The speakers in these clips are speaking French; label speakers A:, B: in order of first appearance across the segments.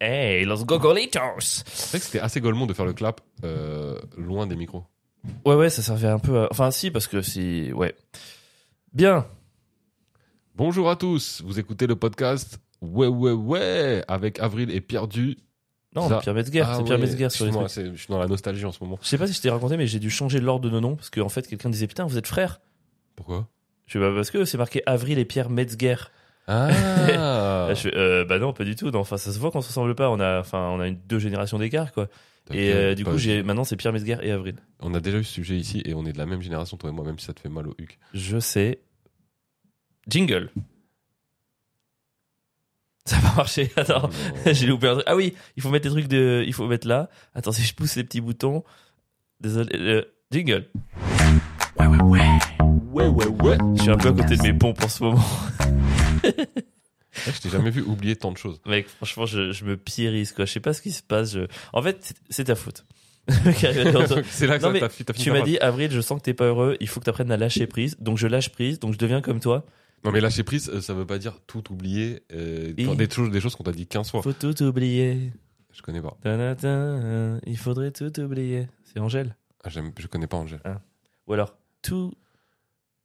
A: Hey, los gogolitos
B: C'est vrai que c'était assez golemont de faire le clap euh, loin des micros.
A: Ouais, ouais, ça servait un peu à... Enfin, si, parce que si... Ouais. Bien.
B: Bonjour à tous, vous écoutez le podcast Ouais Ouais Ouais avec Avril et Pierre Du.
A: Non,
B: Ça-
A: Pierre Metzger,
B: Ah
A: c'est Pierre
B: ouais,
A: Metzger sur les
B: excuse-moi,
A: trucs.
B: c'est- Je suis dans la nostalgie en ce moment.
A: Je sais pas si je t'ai raconté, mais j'ai dû changer l'ordre de nos noms, parce qu'en fait, quelqu'un disait, putain, vous êtes frères
B: Pourquoi
A: Je sais pas, parce que c'est marqué Avril et Pierre Metzger.
B: Ah
A: Là, je fais, euh, bah non, pas du tout. Non, enfin, ça se voit qu'on se ressemble pas. On a, enfin, on a une, deux générations d'écart, quoi.
B: T'as
A: Et
B: bien
A: euh, du
B: pas-
A: coup, j'ai, maintenant, c'est Pierre Metzger et Avril.
B: On a déjà eu ce sujet ici et on est de la même génération, toi et moi, même si ça te fait mal au huc.
A: Je sais. Jingle. Ça va marcher. Attends,
B: Euh,
A: j'ai loupé un truc. Ah oui, il faut mettre les trucs de, il faut mettre là. Attends, si je pousse les petits boutons. Désolé. euh, jingle.
B: Ouais, ouais, ouais.
A: Je suis un peu à côté de mes pompes en ce moment.
B: Je t'ai jamais vu oublier tant de choses.
A: Mec, franchement, je, je me pierrise, quoi. Je sais pas ce qui se passe. je- En fait, c'est- c'est ta faute. Le mec arrive à dire, attends,
B: C'est là que
A: Non,
B: ça-
A: mais
B: t'as fi- t'as fini
A: Tu
B: ta
A: m'as
B: phrase.
A: dit, Avril, je sens que t'es pas heureux, il faut que t'apprennes à lâcher prise. Donc je lâche prise, donc je deviens comme toi.
B: Non, mais lâcher prise, euh, ça veut pas dire tout oublier. euh,
A: Et-
B: quand des, choses, des choses qu'on t'a dit 15 fois.
A: Faut tout oublier.
B: Je connais pas.
A: Ta-na-ta, il faudrait tout oublier. C'est Angèle.
B: Ah, j'aime- je connais pas Angèle.
A: Ou alors, tout,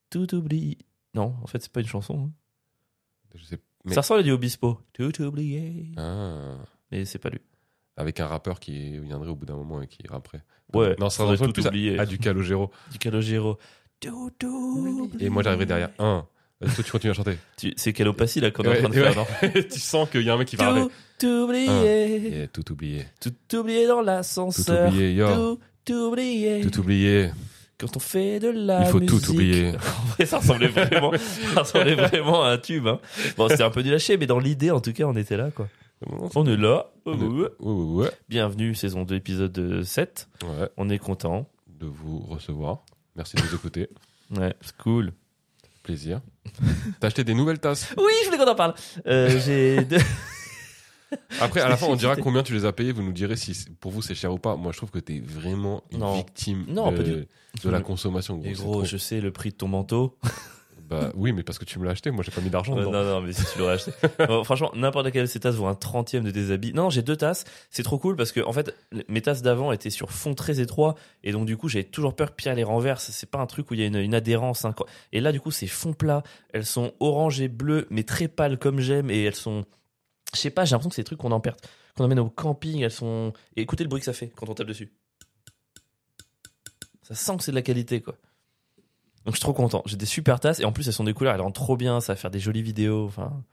A: tout oublier. Non, en fait, c'est pas une chanson. hein.
B: Je sais. Mais-
A: Ça ressemble à du Obispo. Tout oublier.
B: Ah.
A: Mais c'est pas lui.
B: Avec un rappeur qui viendrait au bout d'un moment et qui rapperait.
A: Ouais,
B: Non, ça
A: faudrait tout
B: ressemble plus à-
A: oublier.
B: Ah, du Calogero.
A: Du Calogero. Tout oublier.
B: Et moi, j'arriverai derrière. Un. Euh, Toi, tu continues à chanter.
A: Tu- C'est Calopassi, là, qu'on est
B: Ouais,
A: en train de
B: ouais.
A: faire, non
B: tu sens qu'il y a un mec qui va rappeler.
A: Tout oublier.
B: Et tout oublié.
A: Tout oublier dans
B: Tout
A: l'ascenseur.
B: oublié, yo.
A: Tout oublier.
B: Tout oublié.
A: Quand on fait de la
B: Il faut
A: musique.
B: tout oublier.
A: En vrai, ça ressemblait vraiment, ça ressemblait vraiment à un tube. Hein. Bon, c'était un peu du lâcher, mais dans l'idée, en tout cas, on était là, quoi. On est là.
B: Ouais, ouais,
A: Bienvenue, saison 2, épisode 7.
B: ouais. Ouais.
A: On est content.
B: De vous recevoir. Merci de nous écouter.
A: Ouais, c'est cool.
B: Plaisir. T'as acheté des nouvelles tasses.
A: Oui, je voulais qu'on en parle. Euh, j'ai deux-
B: Après, à la
A: Je
B: fin,
A: l'ai
B: on dira
A: acheté.
B: combien tu les as payées. Vous nous direz si c'est- pour vous c'est cher ou pas. Moi, je trouve que t'es vraiment une
A: Non.
B: victime
A: Non,
B: de,
A: pas du-
B: de la consommation. Gros,
A: Et
B: C'est
A: gros,
B: trop.
A: je sais le prix de ton manteau.
B: Bah oui, mais parce que tu me l'as acheté. Moi, j'ai pas mis d'argent.
A: Ouais,
B: dedans.
A: Euh, non, non, mais si tu l'aurais acheté. Bon, franchement, n'importe laquelle de ces tasses vaut un trentième de tes habits. Non, j'ai deux tasses. C'est trop cool parce que, en fait, l- mes tasses d'avant étaient sur fond très étroit. Et donc, du coup, j'avais toujours peur que Pierre les renverse. C'est pas un truc où il y a une, une adhérence. hein, quoi. Et là, du coup, c'est fond plat. Elles sont orange et bleues, mais très pâles comme j'aime. Et elles sont. Je sais pas, j'ai l'impression que c'est des trucs qu'on emporte, qu'on emmène au camping. Elles sont. Et écoutez le bruit que ça fait quand on tape dessus. Ça sent que c'est de la qualité, quoi. Donc je suis trop content. J'ai des super tasses et en plus elles sont des couleurs, elles rendent trop bien, ça va faire des jolies vidéos. Enfin,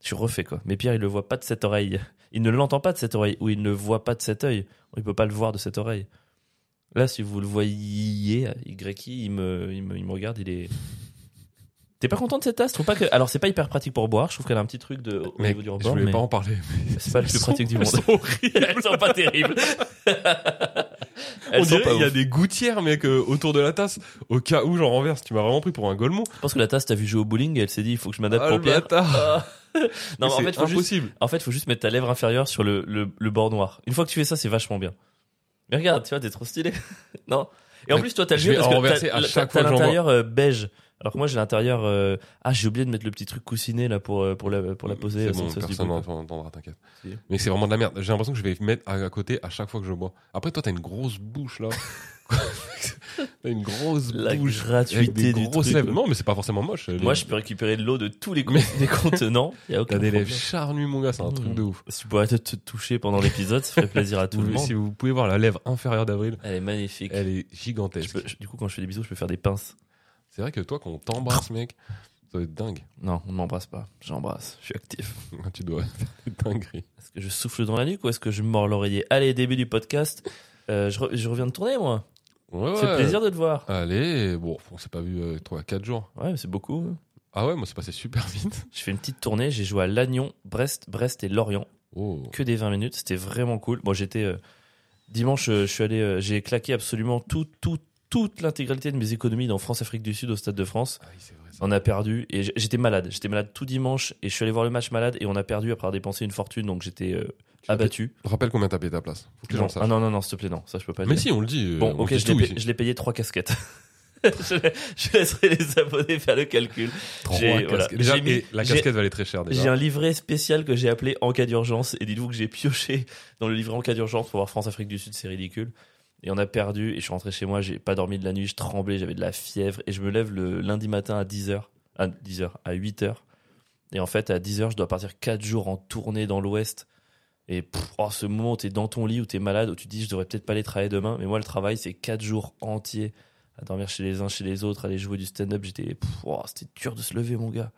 A: je suis refait quoi. Mais Pierre il le voit pas de cette oreille. Il ne l'entend pas de cette oreille ou il ne le voit pas de cet œil. Il peut pas le voir de cette oreille. Là, si vous le voyiez, Yaki, il me, il me, il me regarde, il est. T'es pas content de cette tasse Je trouve pas que. Alors c'est pas hyper pratique pour boire. Je trouve qu'elle a un petit truc de au
B: Mais
A: niveau du
B: je
A: rebord,
B: voulais
A: mais
B: pas en parler. mais
A: c'est pas le
B: elles
A: plus
B: sont-
A: pratique du
B: elles
A: monde.
B: sont horribles.
A: Elles sont pas terribles. Elles
B: on
A: sont
B: dirait
A: pas
B: qu'il y a
A: ouf.
B: des gouttières, mec, euh, autour de la tasse. Au cas où j'en renverse, tu m'as vraiment pris pour un golemon.
A: Je pense que la tasse, t'as vu jouer au bowling, et elle s'est dit, il faut que je m'adapte
B: Ah,
A: pour
B: le
A: Pierre.
B: bâtard.
A: Ah. non, mais en
B: C'est
A: fait, faut juste,
B: impossible.
A: en fait, faut juste mettre ta lèvre inférieure sur le, le, le bord noir. Une fois que tu fais ça, c'est vachement bien. Mais regarde, tu vois, t'es trop stylé. non. Et en
B: Mais
A: plus, toi, t'as le
B: je
A: mieux
B: vais
A: parce
B: en
A: que
B: renverser
A: t'as-
B: à
A: la-
B: chaque
A: t'as
B: fois que j'en
A: l'intérieur euh, beige. Alors que moi, j'ai l'intérieur. euh, Ah, j'ai oublié de mettre le petit truc coussiné là pour, euh, pour, la, pour la poser.
B: C'est
A: Ça-
B: bon,
A: ça, c'est du
B: personne
A: bon.
B: n'entendra, t'inquiète.
A: Si.
B: Mais c'est vraiment de la merde. J'ai l'impression que je vais mettre à, à côté à chaque fois que je bois. Après, toi, t'as une grosse bouche là. t'as une grosse
A: La
B: bouche. avec
A: gratuité
B: des
A: du
B: grosses
A: truc.
B: lèvres. Non, mais c'est pas forcément moche.
A: Moi, je peux récérer de l'eau de tous les, con- des contenants. Y a aucun
B: T'as des lèvres
A: problème.
B: charnues, mon gars, c'est un truc de ouf.
A: Si tu pourrais te, te toucher pendant l'épisode, ça ferait plaisir à Mmh. tout le
B: Vous-
A: monde.
B: si vous pouvez voir la lèvre inférieure d'Avril,
A: Elle est magnifique.
B: elle est
A: Je
B: gigantesque.
A: peux- je- du coup, quand je fais des bisous, je peux faire des pinces.
B: C'est vrai que toi, quand on t'embrasse, mec, ça doit être dingue.
A: Non, on ne m'embrasse pas. J'embrasse. Je suis actif.
B: Tu dois faire des dingueries.
A: Est-ce que je souffle dans la nuque ou est-ce que je mords l'oreiller Allez, début du podcast. Euh, je, re- je reviens de tourner, moi.
B: Ouais,
A: C'est
B: ouais.
A: plaisir de te voir.
B: Allez, bon, on s'est pas vu 3-4 jours.
A: Ouais, mais c'est beaucoup.
B: Ah ouais, moi, c'est passé super vite.
A: Je fais une petite tournée. J'ai joué à Lannion, Brest, Brest et Lorient.
B: Oh.
A: Que des 20 minutes. C'était vraiment cool. Moi, j'étais. euh, dimanche, euh, je suis allé. euh, J'ai claqué absolument tout, tout, toute l'intégralité de mes économies dans France-Afrique du Sud au Stade de France.
B: Ah oui, c'est vrai, ça.
A: On a perdu et j- j'étais malade. J'étais malade tout dimanche et je suis allé voir le match malade et on a perdu après avoir dépensé une fortune donc j'étais euh,
B: Tu
A: abattu.
B: Rappelle combien t'as payé ta place. Faut que les gens
A: Non.
B: le sachent.
A: Ah non non non s'il te plaît non ça je peux pas.
B: mais
A: dire.
B: si, on le dit. euh,
A: bon
B: on
A: ok
B: le
A: je
B: dit
A: l'ai
B: tout
A: payé-
B: ici.
A: je l'ai payé trois casquettes. je, la- je laisserai les abonnés faire le calcul.
B: Trois
A: J'ai-
B: casquettes.
A: voilà.
B: Déjà,
A: J'ai mis-
B: et la
A: j'ai-
B: casquette valait très cher
A: J'ai
B: déjà.
A: un livret spécial que j'ai appelé En cas d'urgence. Et dites-vous que j'ai pioché dans le livret En cas d'urgence pour voir France-Afrique du Sud, c'est ridicule. Et on a perdu. Et je suis rentré chez moi, j'ai pas dormi de la nuit, je tremblais, j'avais de la fièvre. Et je me lève le lundi matin à 10h. À 10h, à 8h. Et en fait, à 10h, je dois partir 4 jours en tournée dans l'Ouest. Et pff, oh, ce moment où t'es dans ton lit, où t'es malade, où tu te dis je devrais peut-être pas aller travailler demain. Mais moi, le travail, c'est 4 jours entiers à dormir chez les uns, chez les autres, à aller jouer du stand-up. J'étais. pff, oh, C'était dur de se lever, mon gars.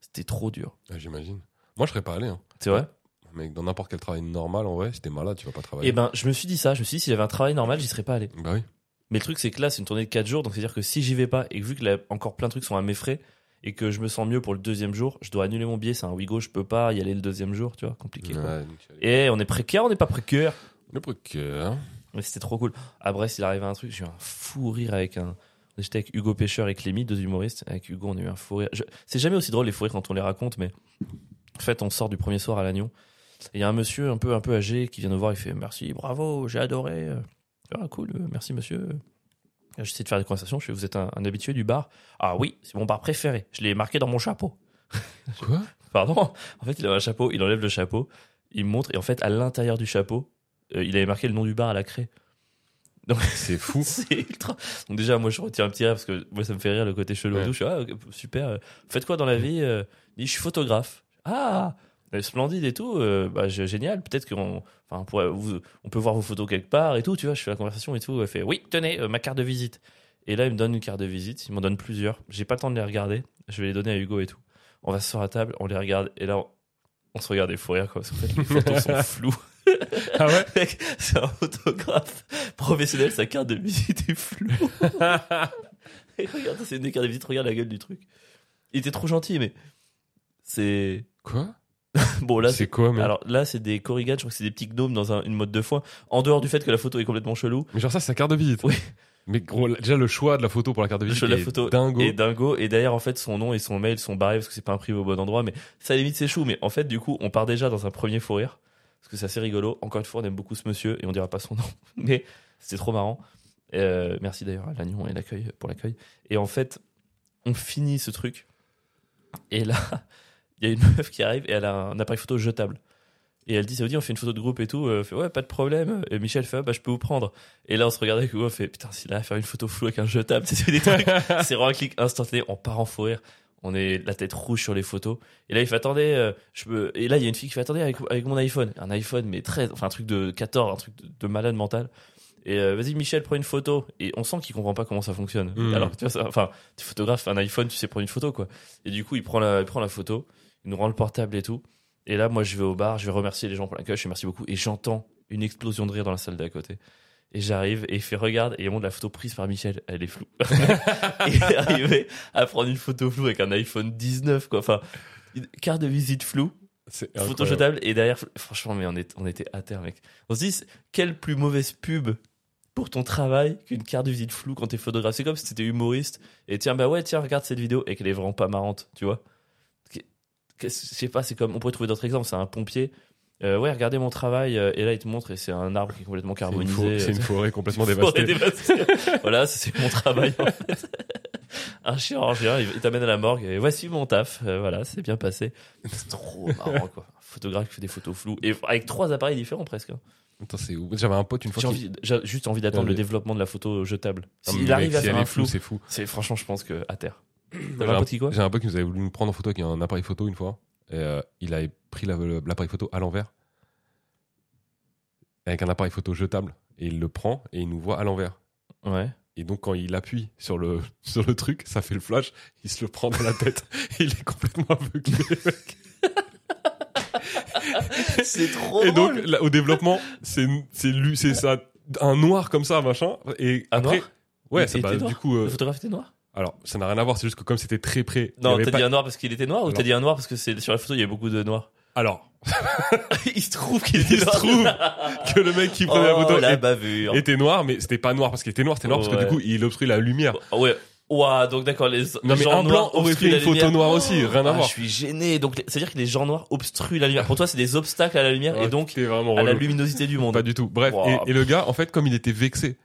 A: C'était trop dur.
B: Ah, J'imagine. Moi, je serais pas allé. Hein.
A: C'est vrai
B: Mec, dans n'importe quel travail normal, en vrai, si t'es malade, tu vas pas travailler.
A: Et ben, je me suis dit ça. Je me suis dit, si j'avais un travail normal, j'y serais pas allé.
B: Bah oui.
A: Mais le truc, c'est que là, c'est une tournée de 4 jours. Donc, c'est-à-dire que si j'y vais pas, et que vu que là, encore plein de trucs sont à mes frais, et que je me sens mieux pour le deuxième jour, je dois annuler mon billet. C'est un Wigo, je peux pas y aller le deuxième jour, tu vois, compliqué. quoi.
B: Ouais, donc, euh,
A: Et on est précaire, on n'est pas précaire.
B: Le truc. euh,
A: Mais c'était trop cool. À Brest, il arrivait un truc, j'ai eu un fou rire avec un. J'étais avec Hugo Pêcheur et Clémy, deux humoristes. Avec Hugo, on a eu un fou rire. Je- C'est jamais aussi drôle les fous rires quand on les raconte, mais en fait, on sort du premier soir à Lannion. Et il y a un monsieur un peu, un peu âgé qui vient nous voir, il fait Merci, bravo, j'ai adoré. Ah, cool, euh, merci monsieur. Et J'essaie de faire des conversations, je fais Vous êtes un, un habitué du bar Ah oui, c'est mon bar préféré, je l'ai marqué dans mon chapeau.
B: Quoi
A: Pardon En fait, il a un chapeau, il enlève le chapeau, il me montre, et en fait, à l'intérieur du chapeau, euh, il avait marqué le nom du bar à la craie.
B: C'est fou.
A: C'est ultra. Donc déjà, moi, je retiens un petit rire parce que moi, ça me fait rire le côté chelou. et
B: Ouais.
A: tout. Je suis ah, ok, super. euh, Faites quoi dans la vie Euh, il dit, Je suis photographe. Ah, euh, splendide et tout. euh, bah, g- génial. Peut-être qu'on, enfin, on pourrait vous- on peut voir vos photos quelque part et tout. Tu vois, je fais la conversation et tout. Elle fait, oui, tenez, euh, ma carte de visite. Et là, il me donne une carte de visite. Il m'en donne plusieurs. J'ai pas le temps de les regarder. Je vais les donner à Hugo et tout. On va se soir à table, on les regarde et là, on, on se regarde des fous rires quoi. Parce qu'en fait, les photos sont floues.
B: Ah ouais
A: Mec, c'est un photographe professionnel, sa carte de visite est floue. Et regarde, c'est une des cartes de visite, regarde la gueule du truc. Il était trop gentil, mais c'est.
B: Quoi
A: Bon, là,
B: C'est
A: c'est.
B: quoi, mais
A: Alors là, c'est des corrigans, je crois que c'est des petits gnomes dans un- une mode de foin. En dehors du fait que la photo est complètement chelou,
B: Mais genre, ça, c'est sa carte de visite.
A: Oui.
B: Mais gros, la- déjà, le choix de la photo pour la carte de
A: le
B: visite.
A: choix de la
B: est
A: photo
B: Dingo.
A: est dingo. Et derrière, en fait, son nom et son mail sont barrés parce que c'est pas imprimé au bon endroit. Mais ça, à la limite, c'est chou. Mais en fait, du coup, on part déjà dans un premier fou rire. Parce que c'est assez rigolo. Encore une fois, on aime beaucoup ce monsieur et on dira pas son nom. Mais c'était trop marrant. Euh, merci d'ailleurs à Lannion et l'accueil euh, pour l'accueil. Et en fait, on finit ce truc. Et là, il y a une meuf qui arrive et elle a un appareil photo jetable. Et elle dit, ça vous dit, on fait une photo de groupe et tout. Euh, fait, ouais, pas de problème. Et Michel fait, ah, bah, je peux vous prendre. Et là, on se regardait avec Hugo, on fait, putain, s'il a à faire une photo floue avec un jetable, c'est des trucs. c'est vraiment un clic instantané, on part en fou rire. On est la tête rouge sur les photos. Et là, il fait, attendez, euh, je peux. Et là, il y a une fille qui fait, attendez, avec, avec mon iPhone. Un iPhone, mais 13, enfin, un truc de 14, un truc de, de malade mental. Et euh, vas-y, Michel, prends une photo. Et on sent qu'il comprend pas comment ça fonctionne.
B: Mhm.
A: Alors, tu vois, ça- enfin, tu photographes un iPhone, tu sais prendre une photo, quoi. Et du coup, il prend la, il prend la photo, il nous rend le portable et tout. Et là, moi, je vais au bar, je vais remercier les gens pour l'accueil, je fais merci beaucoup. Et j'entends une explosion de rire dans la salle d'à côté. Et j'arrive et il fait regarde et il montre la photo prise par Michel. Elle est floue. Et il est arrivé à prendre une photo floue avec un iPhone 19, quoi. Enfin, une carte de visite floue,
B: C'est
A: photo
B: incroyable.
A: jetable et derrière, franchement, mais on, est, on était à terre, mec. On se dit, c'est- quelle plus mauvaise pub pour ton travail qu'une carte de visite floue quand t'es photographe. C'est comme si t'étais humoriste et tiens, bah ouais, tiens, regarde cette vidéo et qu'elle est vraiment pas marrante, tu vois. Qu'est- qu'est-ce- Je sais pas, c'est comme, on pourrait trouver d'autres exemples, c'est un pompier. Euh, ouais, regardez mon travail, euh, et là il te montre, et c'est un arbre qui est complètement
B: C'est une,
A: carbonisé. euh,
B: forêt- c'est une forêt complètement
A: Pour les
B: dévastée.
A: dévaster. voilà, ça, c'est mon travail en fait. Un chirurgien, il il t'amène à la morgue et voici mon taf. Euh, voilà, c'est bien passé. C'est trop marrant quoi. Un photographe qui fait des photos floues et avec trois appareils différents presque. hein.
B: Attends, c'est ouf. J'avais un pote une fois
A: J'ai
B: qui.
A: envie- j'ai juste envie d'attendre
B: Non,
A: le
B: mais-
A: développement de la photo jetable.
B: Ah,
A: S'il
B: mais
A: arrive
B: mec,
A: à
B: si
A: faire
B: elle est
A: un
B: floue,
A: flou,
B: c'est fou.
A: c'est franchement, je pense que à terre.
B: J'ai
A: T'avais un
B: un-
A: petit quoi
B: J'ai un pote qui nous avait voulu nous prendre en photo avec un appareil photo une fois. Et euh, il avait pris la- le- l'appareil photo à l'envers. Avec un appareil photo jetable. Et il le prend et il nous voit à l'envers.
A: Ouais.
B: Et donc, quand il appuie sur le, sur le truc, ça fait le flash. Il se le prend dans la tête. il est complètement aveuglé.
A: C'est trop
B: Et donc, là, au développement, c'est c'est lui, c'est ça, un noir comme ça, machin. Et
A: Un
B: après,
A: noir
B: ouais,
A: Il
B: ça,
A: était
B: bah,
A: noir
B: du coup, euh,
A: Le photographe était noir
B: alors ça n'a rien à voir. C'est juste que comme c'était très près, il y
A: Non,
B: avait
A: t'as
B: pas-
A: dit un noir parce qu'il était noir ou t'as
B: Non.
A: dit un noir parce que c'est- sur la photo il y avait beaucoup de noirs
B: alors
A: Il se trouve qu'il
B: Il
A: était
B: se
A: noir.
B: trouve que le mec qui prenait la
A: Oh,
B: photo
A: la
B: est-
A: bavure.
B: était noir, mais c'était pas noir parce qu'il était noir, c'était noir parce que
A: Ouais.
B: du coup, il obstruait la lumière.
A: Oh, Ouais. Ouah, donc d'accord, les,
B: Non,
A: les
B: mais
A: gens
B: un blanc
A: noirs
B: obstruait
A: obstruent la
B: une photo
A: lumière.
B: noire aussi, rien à
A: Ah, je
B: voir.
A: suis gêné. Donc, les- c'est-à-dire que les gens noirs obstruent la lumière. Pour toi, c'est des obstacles à la lumière et
B: Ah,
A: donc
B: t'es vraiment
A: à la
B: relou.
A: luminosité du monde.
B: Pas du tout. Bref,
A: Wow.
B: et, et le gars, en fait, comme il était vexé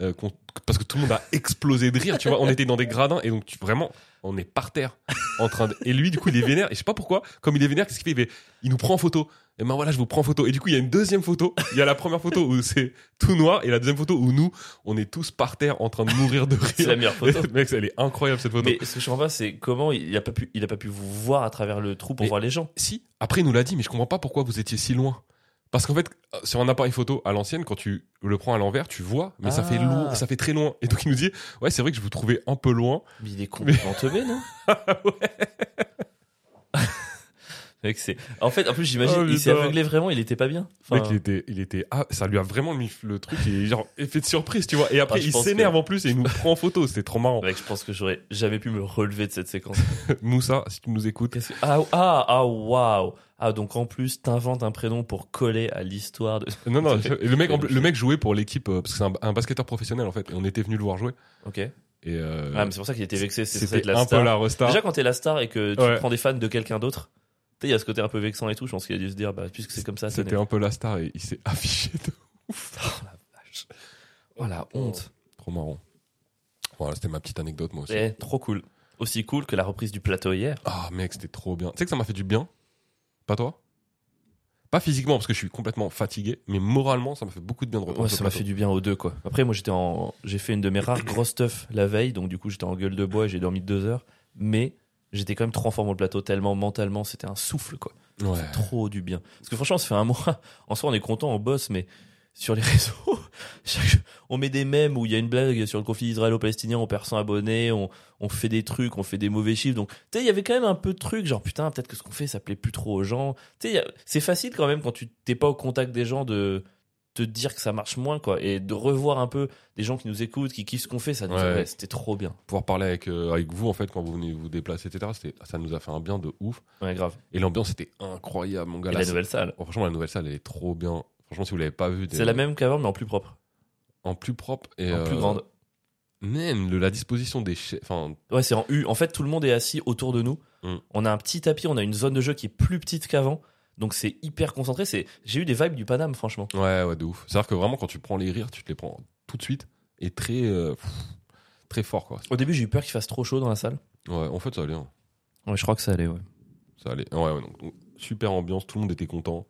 B: euh, qu'on parce que tout le monde a explosé de rire, tu vois. On était dans des gradins et donc tu, vraiment, on est par terre en train de. Et lui, du coup, il est vénère. Et je sais pas pourquoi, comme il est vénère, qu'est-ce qu'il fait il, fait il nous prend en photo. Et ben voilà, je vous prends en photo. Et du coup, il y a une deuxième photo. Il y a la première photo où c'est tout noir et la deuxième photo où nous, on est tous par terre en train de mourir de
A: C'est la
B: rire.
A: meilleure photo.
B: Mec, elle est incroyable cette photo.
A: Mais ce que je comprends pas, c'est comment il a pas pu, il a pas pu vous voir à travers le trou pour
B: Mais-
A: voir les gens.
B: Si, après il nous l'a dit, mais je comprends pas pourquoi vous étiez si loin. Parce qu'en fait, euh, sur un appareil photo à l'ancienne, quand tu le prends à l'envers, tu vois, mais ça fait
A: Ah.
B: lourd, ça fait très loin. Et donc il nous dit, ouais, c'est vrai que je vous trouvais un peu loin.
A: Mais il est complètement teubé, non Mec, c'est- En fait, en plus, j'imagine,
B: Oh,
A: il s'est
B: putain.
A: aveuglé vraiment, il était pas bien. Enfin,
B: Mec, il était, il était, ah, ça lui a vraiment mis le truc et genre effet de surprise, tu vois. Et après,
A: Ah, je
B: il
A: pense
B: s'énerve
A: que-
B: en plus et il nous prend en photo. C'était trop marrant.
A: mec, je pense que j'aurais jamais pu me relever de cette séquence.
B: Moussa, si tu nous écoutes,
A: Qu'est-ce que- Ah, ah, ah, waouh Ah, donc en plus, t'inventes un prénom pour coller à l'histoire de.
B: non, non,
A: Ça fait-
B: le mec, en-
A: fait-
B: le mec jouait pour l'équipe euh, parce que c'est un, un basketteur professionnel en fait. Et on était venu le voir jouer.
A: Ok.
B: Et euh,
A: ah, mais c'est pour ça qu'il était vexé, c'est ça
B: c'était
A: être la
B: un peu
A: star.
B: la resta.
A: Déjà, quand t'es la star et que tu
B: Ouais.
A: prends des fans de quelqu'un d'autre, tu sais, il y a ce côté un peu vexant et tout. Je pense qu'il a dû se dire, bah, puisque c'est comme ça, ça
B: C'était un peu la star et il s'est affiché. de
A: Oh la honte.
B: Trop marrant. Voilà, c'était ma petite anecdote, moi aussi.
A: Eh, trop cool. Aussi cool que la reprise du plateau hier.
B: Ah, mec, c'était trop bien. Tu sais que ça m'a fait du bien Pas toi Pas physiquement, parce que je suis complètement fatigué, mais moralement, ça m'a fait beaucoup de bien de reprendre
A: Ouais,
B: ce
A: ça m'a
B: plateau.
A: fait du bien aux deux, quoi. Après, moi, j'étais en, j'ai fait une de mes rares grosses teufs la veille, donc du coup, j'étais en gueule de bois et j'ai dormi deux heures. Mais j'étais quand même trop en forme au plateau, tellement mentalement, c'était un souffle, quoi.
B: Ouais.
A: Trop du bien. Parce que franchement, ça fait un mois. En soi, on est content, on bosse, mais sur les réseaux, chaque- on met des mèmes où il y a une blague sur le conflit israélo-palestinien, on perd 100 abonnés, on, on fait des trucs, on fait des mauvais chiffres. Donc, tu sais, il y avait quand même un peu de trucs, genre putain, peut-être que ce qu'on fait, ça plaît plus trop aux gens. Tu sais, il y a- c'est facile quand même quand tu t'es pas au contact des gens de te dire que ça marche moins, quoi. Et de revoir un peu des gens qui nous écoutent, qui kiffent ce qu'on fait, ça nous
B: Ouais.
A: ouais, c'était trop bien.
B: Pouvoir parler avec, euh, avec vous, en fait, quand vous venez vous déplacer, etc., c'était- ça nous a fait un bien de ouf.
A: Ouais, grave.
B: Et l'ambiance était incroyable, mon gars.
A: Et
B: La-
A: la nouvelle salle.
B: Oh, franchement, la nouvelle salle, elle est trop bien. Franchement, si vous l'avez pas vue,
A: C'est
B: des-
A: la même qu'avant, mais en plus propre,
B: en plus propre et
A: en plus
B: euh,
A: grande.
B: Même le- la disposition des chaises. Enfin,
A: Ouais, c'est en U. En fait, tout le monde est assis autour de nous.
B: Mm.
A: On a un petit tapis, on a une zone de jeu qui est plus petite qu'avant. Donc c'est hyper concentré. C'est... J'ai eu des vibes du Paname, franchement.
B: Ouais, ouais, de ouf. C'est-à-dire que vraiment, quand tu prends les rires, tu te les prends tout de suite et très, euh, pff, très fort, quoi.
A: Au début, j'ai eu peur qu'il fasse trop chaud dans la salle.
B: Ouais, en fait, ça allait. hein.
A: Ouais, je crois que ça allait, ouais.
B: Ça allait. Ouais, ouais, donc, donc, super ambiance, tout le monde était content.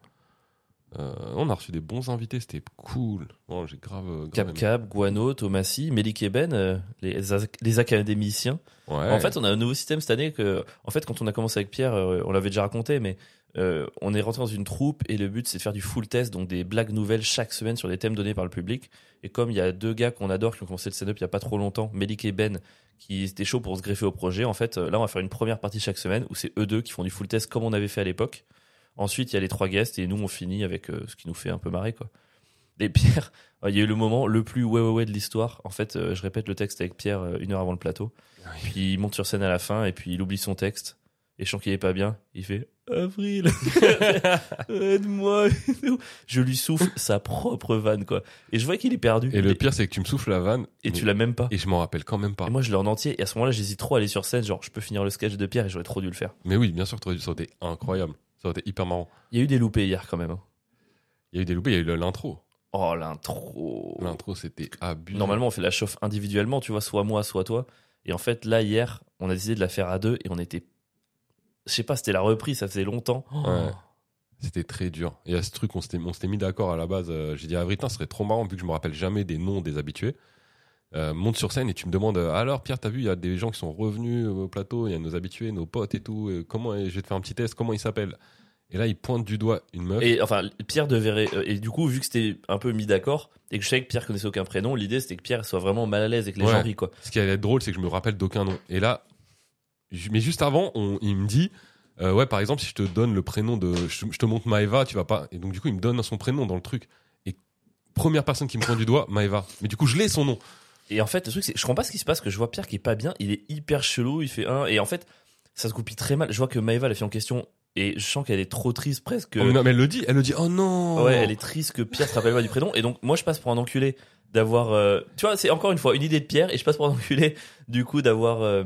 B: Euh, on a reçu des bons invités, c'était cool. Vraiment, j'ai grave. euh, grave
A: Cap
B: aimé.
A: Cap, Guano, Tomassi, Melik et Ben, euh, les, ac- les académiciens.
B: Ouais.
A: En fait, on a un nouveau système cette année que, en fait, quand on a commencé avec Pierre, euh, on l'avait déjà raconté, mais euh, on est rentré dans une troupe et le but c'est de faire du full test, donc des blagues nouvelles chaque semaine sur des thèmes donnés par le public. Et comme il y a deux gars qu'on adore qui ont commencé le stand-up il y a pas trop longtemps, Melik et Ben, qui étaient chauds pour se greffer au projet, en fait, euh, là on va faire une première partie chaque semaine où c'est eux deux qui font du full test comme on avait fait à l'époque. Ensuite, il y a les trois guests et nous on finit avec euh, ce qui nous fait un peu marrer quoi. Et Pierre, euh, il y a eu le moment le plus ouais ouais ouais de l'histoire. En fait, euh, je répète le texte avec Pierre euh, une heure avant le plateau. Puis il monte sur scène à la fin et puis il oublie son texte. Et je sens qu'il est pas bien. Il fait Avril, aide-moi. et tout. je lui souffle sa propre vanne, quoi. Et je vois qu'il est perdu.
B: Et le
A: Il-
B: pire, c'est que tu me souffles la vanne.
A: et
B: mais-
A: tu l'as même pas.
B: Et je m'en rappelle quand même pas.
A: Et moi, je l'ai en entier. Et à ce moment-là, j'hésite trop à aller sur scène. Genre, je peux finir le sketch de Pierre et j'aurais trop dû le faire.
B: Mais oui, bien sûr, que t'aurais dû- ça aurait été incroyable. Ça aurait été hyper marrant.
A: Il y a eu des loupés hier, quand même. hein.
B: Il y a eu des loupés, il y a eu le- l'intro.
A: Oh, l'intro.
B: L'intro, c'était abusé.
A: Normalement, on fait la chauffe individuellement, tu vois, soit moi, soit toi. Et en fait, là, hier, on a décidé de la faire à deux et on était. Je sais pas, c'était la reprise, ça faisait longtemps.
B: Ouais. C'était très dur. Et à ce truc, on s'était, on s'était mis d'accord à la base. euh, j'ai dit à Vritin, ce serait trop marrant vu que je me rappelle jamais des noms des habitués. Euh, monte sur scène et tu me demandes euh, alors Pierre, t'as vu, il y a des gens qui sont revenus euh, au plateau, il y a nos habitués, nos potes et tout. euh, comment et je vais te faire un petit test, comment ils s'appellent Et là, il pointe du doigt une meuf.
A: Et enfin, Pierre devait. euh, Et du coup, vu que c'était un peu mis d'accord et que je savais que Pierre connaissait aucun prénom, l'idée c'était que Pierre soit vraiment mal à l'aise et que les
B: Ouais.
A: gens rient quoi.
B: Ce qui allait être drôle, c'est que je me rappelle d'aucun nom. Et là, ju- mais juste avant, on- il me dit, euh, ouais, par exemple, si je te donne le prénom de, je, je te montre Maeva, tu vas pas. Et donc du coup, il me donne son prénom dans le truc. Et première personne qui me pointe du doigt, Maeva. Mais du coup, je l'ai son nom.
A: Et en fait, le truc c'est, je comprends pas ce qui se passe, que je vois Pierre qui est pas bien, il est hyper chelou, il fait un. Et en fait, ça se goupille très mal. Je vois que Maëva, la fille en question, et je sens qu'elle est trop triste presque. que-
B: Oh, mais non, mais elle le dit, elle le dit, oh non
A: Ouais, elle est triste que Pierre se rappelle pas du prénom. Et donc, moi, je passe pour un enculé d'avoir. euh, Tu vois, c'est encore une fois une idée de Pierre, et je passe pour un enculé, du coup, d'avoir euh,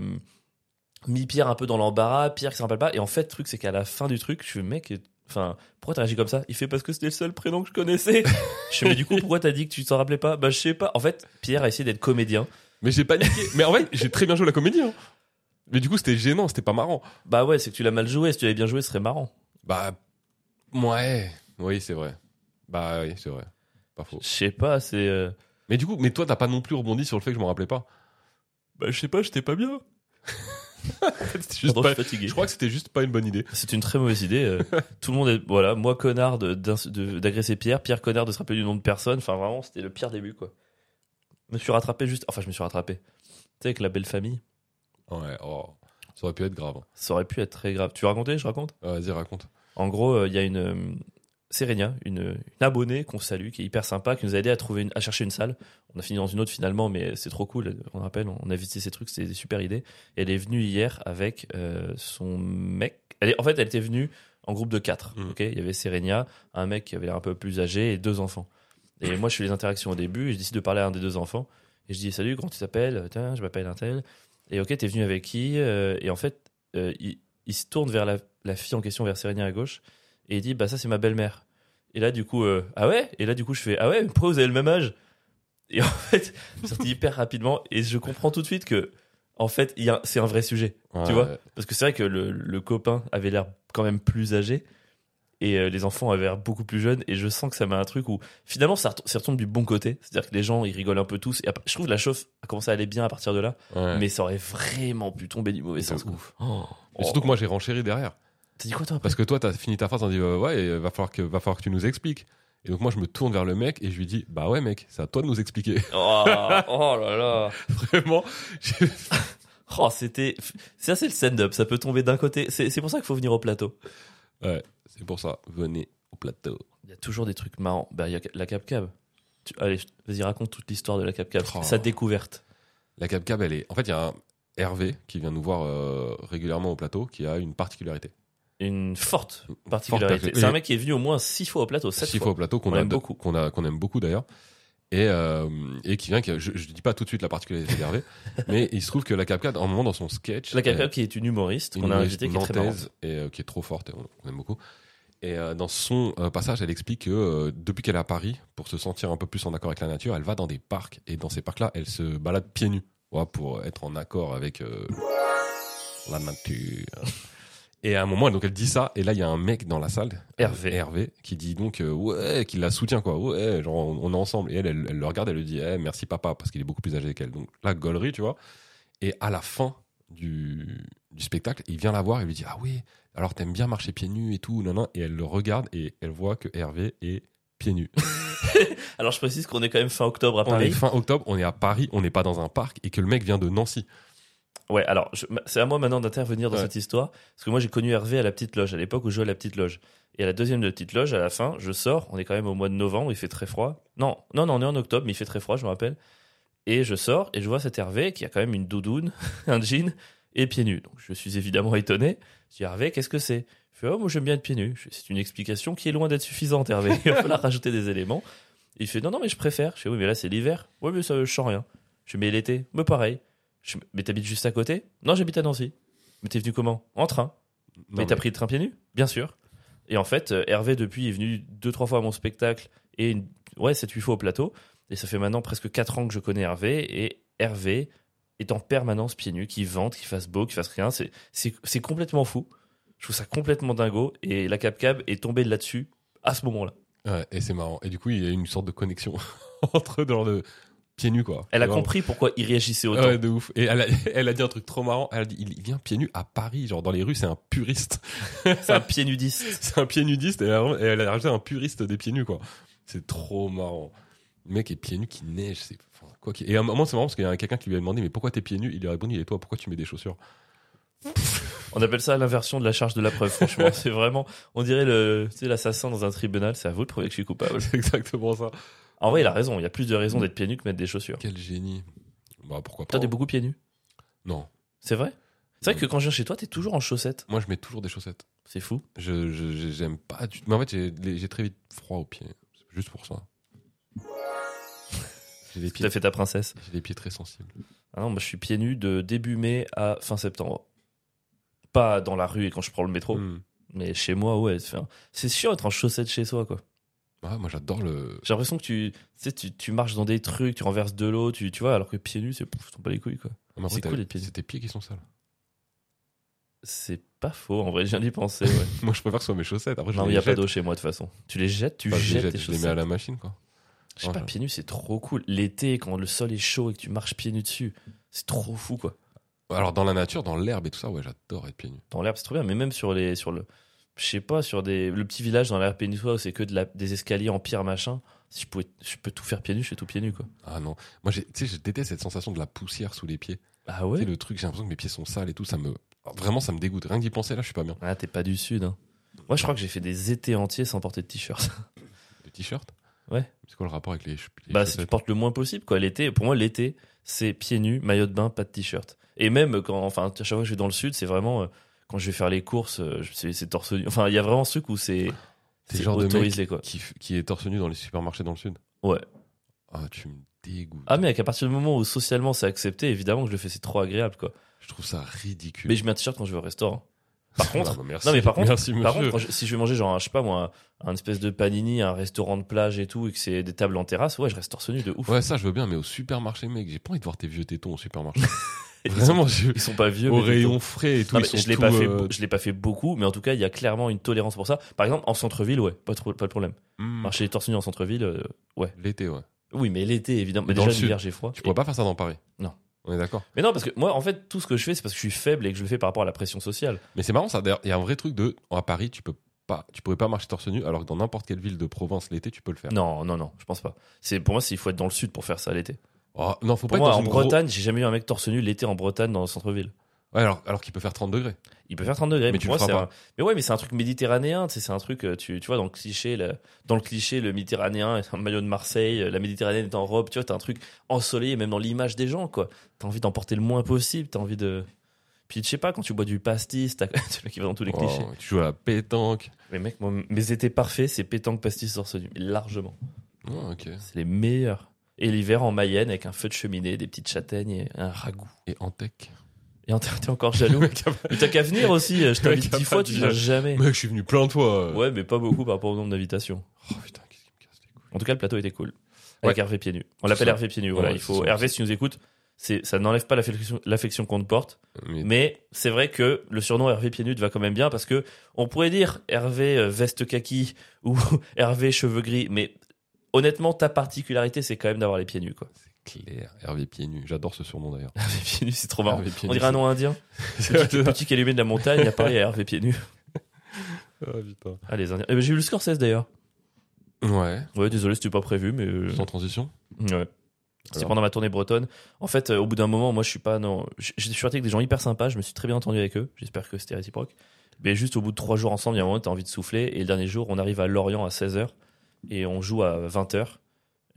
A: mis Pierre un peu dans l'embarras, Pierre qui se rappelle pas. Et en fait, le truc, c'est qu'à la fin du truc, je fais, mec, Enfin, pourquoi t'as réagi comme ça Il fait parce que c'était le seul prénom que je connaissais. je fais, mais du coup, pourquoi t'as dit que tu t'en rappelais pas Bah, je sais pas. En fait, Pierre a essayé d'être comédien.
B: Mais j'ai paniqué. mais en fait, j'ai très bien joué la comédie. hein. Mais du coup, c'était gênant, c'était pas marrant.
A: Bah ouais, c'est que tu l'as mal joué. Si tu l'avais bien joué, ce serait marrant.
B: Bah, ouais. Oui, c'est vrai. Bah, oui, c'est vrai. Pas faux.
A: Je sais pas, c'est. euh,
B: Mais du coup, mais toi, t'as pas non plus rebondi sur le fait que je m'en rappelais pas.
A: Bah, je sais pas, j'étais pas bien.
B: C'était juste
A: je
B: pas-
A: suis fatigué.
B: Je crois que c'était juste pas une bonne idée.
A: C'est une très mauvaise idée. euh, Tout le monde est. Voilà, moi connard de- d'ins- de- d'agresser Pierre, Pierre connard de se rappeler du nom de personne. Enfin, vraiment, c'était le pire début, quoi. Je me suis rattrapé juste. Enfin, je me suis rattrapé. Tu sais, avec la belle famille,
B: Ouais, oh. Ça aurait pu être grave. hein.
A: ça aurait pu être très grave. Tu veux raconter Je raconte
B: Euh, Vas-y, raconte.
A: En gros, euh, il y a une. euh, Sérénia, une, une abonnée qu'on salue, qui est hyper sympa, qui nous a aidé à, trouver une- à chercher une salle. On a fini dans une autre finalement, mais c'est trop cool. On rappelle, on a visité ces trucs, c'était des super idées. Et elle est venue hier avec euh, son mec. Elle est- en fait, elle était venue en groupe de quatre.
B: Mhm.
A: ok Il y avait Sérénia, un mec qui avait l'air un peu plus âgé et deux enfants. Et moi, je fais les interactions au début et je décide de parler à un des deux enfants. Et je dis Salut, comment tu t'appelles Tiens, je m'appelle un tel. Et ok, t'es venu avec qui Euh, Et en fait, euh, il, il se tourne vers la, la fille en question, vers Sérénia à gauche, et il dit Bah, ça, c'est ma belle-mère. Et là, du coup, euh, ah ouais Et là, du coup, je fais Ah ouais, mais pourquoi vous avez le même âge Et en fait, c'est sorti hyper rapidement. Et je comprends tout de suite que, en fait, il y a- c'est un vrai sujet.
B: Ouais.
A: vois Parce que c'est vrai que le, le copain avait l'air quand même plus âgé et euh, les enfants avaient l'air beaucoup plus jeunes. Et je sens que ça m'a un truc où finalement ça, retom- ça retombe du bon côté. C'est-à-dire que les gens ils rigolent un peu tous. Et à pa- je trouve que la chauffe a commencé à aller bien à partir de là.
B: Ouais.
A: Mais ça aurait vraiment pu tomber du mauvais
B: De
A: sens. quoi.
B: ouf.
A: Oh.
B: Et surtout que moi, j'ai renchéri derrière.
A: T'as dit quoi toi après
B: Parce que toi, t'as fini ta phrase en disant euh, ouais, et va falloir que va falloir que tu nous expliques. Et donc moi, je me tourne vers le mec et je lui dis bah ouais mec, c'est à toi de nous expliquer.
A: oh, oh là là
B: Vraiment, j'ai-
A: Oh, c'était. Ça, c'est le stand-up. Ça peut tomber d'un côté. C'est c'est pour ça qu'il faut venir au plateau.
B: c'est pour ça. Venez au plateau.
A: Il y a toujours des trucs marrants. Bah, il y a la Cap Cab. Tu- Allez, je- vas-y, raconte toute l'histoire de la Cap Cab.
B: Oh.
A: Sa découverte.
B: La Cap Cab, elle est. En fait, il y a un Hervé qui vient nous voir euh, régulièrement au plateau, qui a une particularité.
A: une forte
B: Une
A: particularité.
B: forte
A: C'est un mec qui est venu au moins six fois au plateau, sept
B: Six
A: fois.
B: fois au plateau qu'on
A: On
B: a-
A: aime beaucoup.
B: qu'on a- qu'on aime beaucoup d'ailleurs. Et, euh, et qui vient, qui- je, je dis pas tout de suite la particularité d'Hervé, mais il se trouve que la Cap Cab, à un moment dans son sketch,
A: La
B: elle-
A: Capcap qui est une humoriste qu'on a
B: humoriste
A: invitée qui est très
B: nantaise
A: marrante.
B: et euh, qui est trop forte, et on, on aime beaucoup. Et euh, dans son euh, passage, elle explique que euh, depuis qu'elle est à Paris, pour se sentir un peu plus en accord avec la nature, elle va dans des parcs et dans ces parcs-là, elle se balade pieds nus voilà, pour être en accord avec euh, la nature. Et à un moment, donc elle dit ça, et là il y a un mec dans la salle,
A: Hervé.
B: Hervé, qui dit donc euh, ouais, qui la soutient quoi, ouais, genre on, on est ensemble. Et elle, elle, elle le regarde, elle lui dit eh, merci papa parce qu'il est beaucoup plus âgé qu'elle. Donc la gaulerie, tu vois. Et à la fin du, du spectacle, il vient la voir et lui dit Ah oui, alors t'aimes bien marcher pieds nus et tout, non, non. Et elle le regarde et elle voit que Hervé est pieds nus.
A: Alors je précise qu'on est quand même fin octobre à
B: On est
A: Paris.
B: fin octobre, on est à Paris, on n'est pas dans un parc et que le mec vient de Nancy.
A: Ouais, alors je- ma- c'est à moi maintenant d'intervenir dans
B: Ouais.
A: cette histoire parce que moi j'ai connu Hervé à la petite loge à l'époque où je jouais à la petite loge. Et à la deuxième de la petite loge, à la fin, je sors. On est quand même au mois de novembre, il fait très froid. Non, non, non, on est en octobre, mais il fait très froid, je me rappelle. Et je sors et je vois cet Hervé qui a quand même une doudoune, un jean et pieds nus. Donc je suis évidemment étonné. Je dis Hervé, qu'est-ce que c'est Il fait Oh, moi j'aime bien être pieds nus. Je fais, C'est une explication qui est loin d'être suffisante, Hervé. Il va falloir rajouter des éléments. Il fait Non, non, mais je préfère. Je fais Oui, mais là c'est l'hiver. Oui, mais ça ne change rien. Je fais Mais l'été, mais pareil. Je fais, mais t'habites juste à côté Non, j'habite à Nancy. Mais t'es venu comment En train.
B: Non,
A: mais t'as pris le train pieds nus Bien sûr. Et en fait, euh, Hervé, depuis, est venu deux, trois fois à mon spectacle et une, ouais, 7-8 fois au plateau. Et ça fait maintenant presque 4 ans que je connais Hervé. Et Hervé est en permanence pieds nus, qui vente, qui fasse beau, qui fasse rien. C'est- C'est c'est complètement fou. Je trouve ça complètement dingo. Et la Cap Cab est tombée là-dessus à ce moment-là.
B: Ouais, et c'est marrant. Et du coup, il y a une sorte de connexion entre eux, genre de pieds nus, quoi.
A: Elle a
B: Et vraiment-
A: compris pourquoi il réagissait autant.
B: Ouais, de ouf. Et elle a, elle a dit un truc trop marrant. Elle a dit il vient pieds nus à Paris, genre dans les rues, c'est un puriste.
A: C'est un pied nudiste.
B: c'est un pied nudiste et elle, elle a rajouté un puriste des pieds nus quoi. C'est trop marrant. Le mec est pieds nus qui neige, c'est enfin, quoi qu'il- Et à un moment c'est marrant parce qu'il y a quelqu'un qui lui a demandé mais pourquoi t'es pieds nus Il lui a répondu et toi pourquoi tu mets des chaussures
A: On appelle ça l'inversion de la charge de la preuve, franchement. C'est vraiment, on dirait le, tu sais, l'assassin dans un tribunal. C'est à vous de prouver que je suis coupable.
B: C'est exactement ça.
A: En vrai, il a raison. Il y a plus de raisons d'être pieds nus que mettre des chaussures.
B: Quel génie. Bah pourquoi pas
A: Toi, t'es beaucoup pieds nus.
B: Non,
A: C'est vrai C'est vrai que quand je viens chez toi, t'es toujours en chaussettes.
B: moi je mets toujours des chaussettes.
A: C'est fou.
B: Je je- je- j'aime pas du tout. Mais en fait j'ai les- j'ai très vite froid aux pieds. C'est juste pour ça. J'ai des
A: Tout à
B: pieds
A: fait ta princesse.
B: j'ai des pieds très sensibles.
A: Ah non, moi, je suis pieds nus de début mai à fin septembre. Pas dans la rue et quand je prends le métro.
B: Hmm.
A: Mais chez moi, ouais, c'est enfin, c'est chiant d'être en chaussettes chez soi, quoi.
B: Ah, moi j'adore le.
A: J'ai l'impression que tu, tu sais, tu, tu marches dans des trucs, tu renverses de l'eau, tu, tu vois, alors que pieds nus, c'est pouf, je tombe pas les couilles, quoi.
B: Ah, mais après,
A: C'est
B: t'as-
A: cool, les pieds.
B: C'est tes pieds qui sont sales.
A: C'est pas faux, en vrai, je viens d'y penser, ouais.
B: Moi je préfère que ce soit mes chaussettes. Après, je
A: non,
B: les
A: il y a pas
B: jette.
A: d'eau chez moi, de toute façon. Tu les jettes, tu
B: Enfin, je les
A: jettes
B: jette,
A: tes
B: je les mets à
A: chaussettes.
B: la machine, quoi.
A: Je sais pas,
B: Ouais.
A: pieds nus, c'est trop cool. L'été, quand le sol est chaud et que tu marches pieds nus dessus, c'est trop fou, quoi.
B: Alors dans la nature, dans l'herbe et tout ça, ouais, j'adore être pieds nus.
A: Dans l'herbe, c'est trop bien, mais même sur les, sur le, je sais pas, sur des, le petit village dans l'herbe pénisois où c'est que de la, des escaliers en pierre, machin. Si je pouvais, je peux tout faire pieds nus, je fais tout pieds nus, quoi.
B: Ah non, moi j'ai- tu sais, je déteste cette sensation de la poussière sous les pieds.
A: Ah
B: Tu
A: ouais?
B: sais, le truc, j'ai l'impression que mes pieds sont sales et tout, ça me. Ah, Vraiment, ça me dégoûte. Rien que d'y penser, là, je suis pas bien.
A: Ah, t'es pas du sud, hein. Moi, je crois que j'ai fait des étés entiers sans porter de t-shirt.
B: Le t-shirt
A: Ouais.
B: C'est quoi le rapport avec les, ch- les
A: bah, si tu
B: chaussettes
A: portes le moins possible, quoi. L'été, pour moi, l'été, c'est pieds nus, maillot de bain, pas de t-shirt. Et même quand, enfin, à chaque fois que je vais dans le sud, c'est vraiment, euh, quand je vais faire les courses, euh, je- c'est c'est torse nu. Enfin, il y a vraiment ce truc où c'est,
B: C'est le genre de mec
A: autorisé, quoi.
B: qui, f- qui est torse nu dans les supermarchés dans le sud
A: Ouais.
B: Ah, tu me dégoûtes.
A: Ah, mais à partir du moment où socialement c'est accepté, évidemment que je le fais, c'est trop agréable, quoi.
B: Je trouve ça ridicule.
A: Mais je mets un t-shirt quand je vais au restaurant. Par contre,
B: Ah, bah, merci.
A: non, mais par contre-
B: Merci,
A: Par contre,
B: monsieur.
A: quand je- si je vais manger, genre, je sais pas moi, un espèce de panini, un restaurant de plage et tout, et que c'est des tables en terrasse, ouais, je reste torse nu de ouf.
B: Ouais, ça, je veux bien, mais au supermarché, mec, j'ai pas envie de voir tes vieux tétons au supermarché. Vraiment, je-
A: Ils sont pas vieux.
B: au
A: mais plutôt-
B: rayon frais et tout.
A: Non,
B: ils
A: mais
B: sont
A: je l'ai
B: tout,
A: pas fait,
B: euh,
A: je l'ai pas fait beaucoup, mais en tout cas, il y a clairement une tolérance pour ça. Par exemple, en centre-ville, ouais, pas, trop, pas de problème.
B: hmm,
A: Marcher les torse nu en centre-ville, euh, ouais.
B: L'été, ouais.
A: Oui, mais l'été, évidemment. Mais
B: Dans
A: déjà,
B: le sud,
A: l'hiver, j'ai froid.
B: Tu
A: Et-
B: pourrais pas faire ça dans Paris
A: Non.
B: On est d'accord.
A: Mais non, parce que moi, en fait, tout ce que je fais, c'est parce que je suis faible et que je le fais par rapport à la pression sociale.
B: Mais c'est marrant, ça. D'ailleurs, il y a un vrai truc de. À Paris, tu peux pas, tu pourrais pas marcher torse nu, alors que dans n'importe quelle ville de province l'été, tu peux le faire.
A: Non, non, non, je pense pas. C'est pour moi, c'est- il faut être dans le sud pour faire ça l'été.
B: Oh, non, faut
A: Pour
B: pas
A: moi,
B: être dans
A: en
B: une gros-
A: Bretagne, j'ai jamais vu un mec torse nu l'été en Bretagne dans le centre-ville.
B: Ouais, alors, alors qu'il peut faire 30 degrés.
A: Il peut faire 30 degrés,
B: Mais
A: mais,
B: tu
A: pour
B: le
A: moi,
B: feras
A: c'est
B: pas.
A: un- Mais ouais, mais c'est un truc méditerranéen, tu sais, c'est un truc, euh, tu, tu vois, dans le cliché, le- dans le cliché, le méditerranéen est un maillot de Marseille, euh, la Méditerranée est en robe, tu vois, t'as un truc ensoleillé, même dans l'image des gens, quoi. T'as envie d'emporter le moins possible, t'as envie de. Puis, je sais pas, quand tu bois du pastis, t'as c'est le mec qui va dans tous les
B: Oh,
A: clichés.
B: tu joues à la pétanque.
A: Mais mec, moi, mes étés parfaits, c'est pétanque, pastis, torse nu, mais largement.
B: Oh, ok.
A: C'est les meilleurs. Et l'hiver en Mayenne, avec un feu de cheminée, des petites châtaignes et un ragoût.
B: Et en tech.
A: Et en- t'es encore jaloux
B: mec, a-
A: Mais t'as qu'à venir aussi, euh, je
B: Mec,
A: t'invite
B: y a
A: dix
B: pas
A: fois,
B: de
A: tu viens
B: village.
A: jamais.
B: mec, je suis venu plein de fois.
A: Ouais, mais pas beaucoup par rapport au nombre d'invitations.
B: Oh putain, qu'est-ce qui me casse les couilles.
A: En tout cas, le plateau était cool. Avec
B: Ouais.
A: Hervé Pieds Nus. On
B: C'est
A: l'appelle
B: ça.
A: Hervé Pieds Nus, voilà.
B: Ouais,
A: il
B: c'est
A: faut...
B: ça.
A: Hervé, si tu nous écoutes, c'est... ça n'enlève pas l'affection... l'affection qu'on te porte.
B: Mais,
A: Mais c'est vrai que le surnom Hervé Pieds Nus te va quand même bien parce que on pourrait dire Hervé euh, veste kaki ou Hervé cheveux gris, mais honnêtement, ta particularité, c'est quand même d'avoir les pieds nus, quoi.
B: c'est clair. Hervé Pieds Nus. J'adore ce surnom d'ailleurs.
A: Hervé Pieds Nus, c'est trop marrant.
B: Hervé Pieds
A: On
B: Nus,
A: dirait un nom indien.
B: c'est-
A: Petit, petit calumet de la montagne, à Paris, à Hervé Pieds Nus.
B: Ah, putain.
A: Ah, les indiens. Eh ben, j'ai eu le Scorsese d'ailleurs.
B: Ouais.
A: Ouais, désolé, c'était pas prévu, mais. euh,
B: Sans transition
A: Ouais. C'est
B: Alors.
A: pendant ma tournée bretonne. En fait, euh, au bout d'un moment, moi, je suis pas. Non, je, je suis sorti avec des gens hyper sympas. Je me suis très bien entendu avec eux. J'espère que c'était réciproque. Mais juste au bout de trois jours ensemble, il y a un moment, t'as envie de souffler. Et le dernier jour, on arrive à Lorient à 16h et on joue à 20h.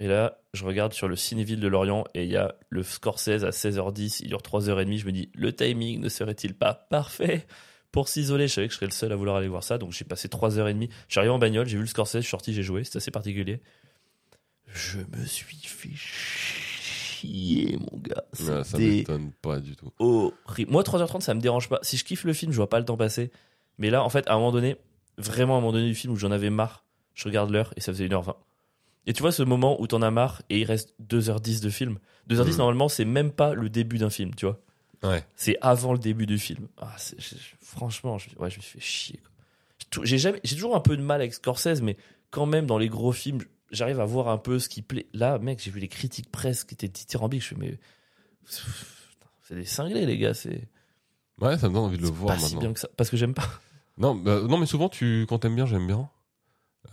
A: Et là, je regarde sur le Cinéville de Lorient et il y a le Scorsese à 16h10. Il dure 3h30. Je me dis, le timing ne serait-il pas parfait pour s'isoler Je savais que je serais le seul à vouloir aller voir ça. Donc j'ai passé 3h30. Je suis arrivé en bagnole, j'ai vu le Scorsese, je suis sorti, j'ai joué. C'est assez particulier. Je me suis fait chier, mon gars.
B: Ouais, Bah, Ça
A: C'était
B: m'étonne pas du tout.
A: horrible. Moi, 3h30, ça me dérange pas. Si je kiffe le film, je vois pas le temps passer. Mais là, en fait, à un moment donné, vraiment à un moment donné du film où j'en avais marre, je regarde l'heure et ça faisait 1h20. Et tu vois ce moment où t'en as marre et il reste 2h10 de film. 2h10,
B: Mhm.
A: normalement, c'est même pas le début d'un film, tu vois.
B: Ouais.
A: C'est avant le début du film. Ah, c'est- je- je- franchement, je, ouais, je me suis fait chier. quoi. J'ai tout- J'ai jamais- j'ai toujours un peu de mal avec Scorsese, mais quand même, dans les gros films, j'arrive à voir un peu ce qui plaît. Là, mec, j'ai vu les critiques presse qui étaient dithyrambiques. Je fais, mais. C'est des cinglés, les gars. C'est
B: Ouais, ça me donne envie de le
A: c'est
B: voir
A: pas si
B: maintenant.
A: bien que ça. Parce que j'aime pas.
B: Non, bah, non, mais souvent, tu, quand t'aimes bien, j'aime bien.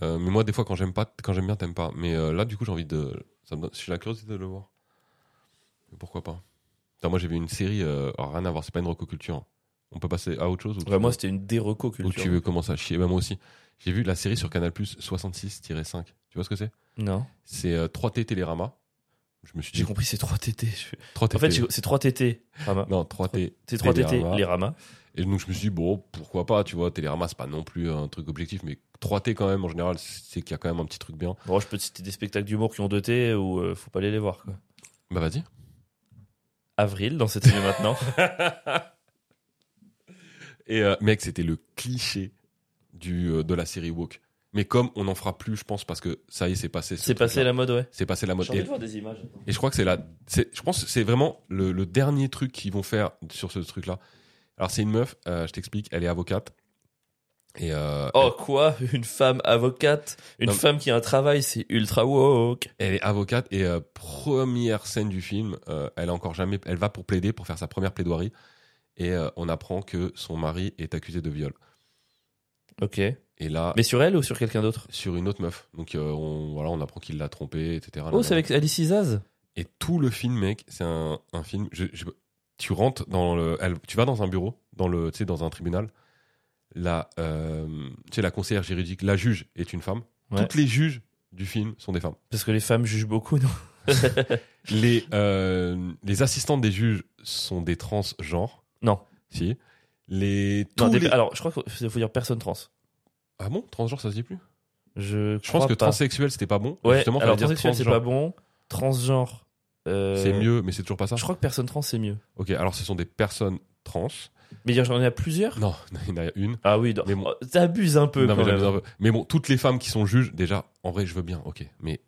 B: Euh, mais moi, des fois, quand j'aime pas, quand j'aime bien, t'aimes pas. Mais euh, là, du coup, j'ai envie de. Ça me donne... J'ai la curiosité de le voir. Mais Pourquoi pas Putain, Moi, j'ai vu une série. euh, alors, rien à voir. C'est pas une recoculture. On peut passer à autre chose ou tu
A: Ouais, moi,
B: veux-
A: c'était une déreco
B: ou
A: culture.
B: tu veux commencer à chier Bah, Moi aussi. J'ai vu la série sur Canal 66-5. Tu vois ce que c'est
A: Non.
B: C'est euh, 3T Télérama. Je me suis
A: J'ai
B: dit.
A: compris, c'est 3 TT. Je-
B: 3T
A: En fait, j'ai- c'est 3 TT. Rama.
B: Non, 3T.
A: C'est 3 TT,
B: Télérama.
A: les ramas.
B: Et donc je me suis dit, bon, pourquoi pas, tu vois, Télérama, c'est pas non plus un truc objectif, mais 3T quand même, en général, c'est qu'il y a quand même un petit truc bien.
A: Bon, je peux te citer des spectacles d'humour qui ont 2 T ou euh, faut pas aller les voir. Quoi.
B: Bah vas-y.
A: Avril, dans cette année maintenant.
B: Et euh, mec, c'était le cliché du, euh, de la série Walk. Mais comme on n'en fera plus, je pense, parce que ça y est, c'est passé. ce
A: C'est passé
B: truc-là.
A: la mode, ouais.
B: C'est passé la mode.
A: J'ai envie
B: Et,
A: de voir des images.
B: et je crois que c'est la. c'est- Je pense que c'est vraiment le, le dernier truc qu'ils vont faire sur ce truc-là. Alors, c'est une meuf, euh, je t'explique, elle est avocate. Et euh,
A: Oh quoi Une femme avocate Une
B: Non, mais-
A: femme qui a un travail, c'est ultra woke.
B: Elle est avocate et euh, première scène du film, euh, elle a encore jamais, elle va pour plaider pour faire sa première plaidoirie et euh, on apprend que son mari est accusé de viol.
A: Ok.
B: Et là,
A: Mais sur elle ou sur quelqu'un d'autre
B: sur une autre meuf, donc euh, on, voilà, on apprend qu'il l'a trompée, etc.
A: Oh, c'est avec Alice Isaz
B: Et tout le film, mec, c'est un, un film. je- je- tu rentres dans le, elle- tu vas dans un bureau, dans le, tu sais, dans un tribunal. La, euh, tu sais, la conseillère juridique, la juge est une femme.
A: Ouais.
B: Toutes les juges du film sont des femmes.
A: Parce que les femmes jugent beaucoup, non
B: Les, euh, les assistantes des juges sont des transgenres.
A: Non.
B: Si. Les,
A: Non,
B: tous
A: des-
B: les-
A: Alors, je crois qu'il faut dire personne trans.
B: Ah bon Transgenre, ça se dit plus
A: Je,
B: Je pense que
A: pas.
B: transsexuel, c'était pas bon.
A: Ouais,
B: Justement,
A: alors
B: fallait dire
A: transsexuel, c'est pas
B: transgenre.
A: bon. Transgenre, euh,
B: C'est mieux, mais c'est toujours pas ça.
A: Je crois que personne trans, c'est mieux.
B: Ok, alors ce sont des personnes trans.
A: Mais il y en a plusieurs
B: Non, il y en a une.
A: Ah oui, non.
B: Mais bon.
A: Oh, t'abuses un peu
B: Non, mais,
A: quand
B: j'abuse
A: même.
B: un peu. Mais bon, toutes les femmes qui sont juges, déjà, en vrai, je veux bien, ok. Mais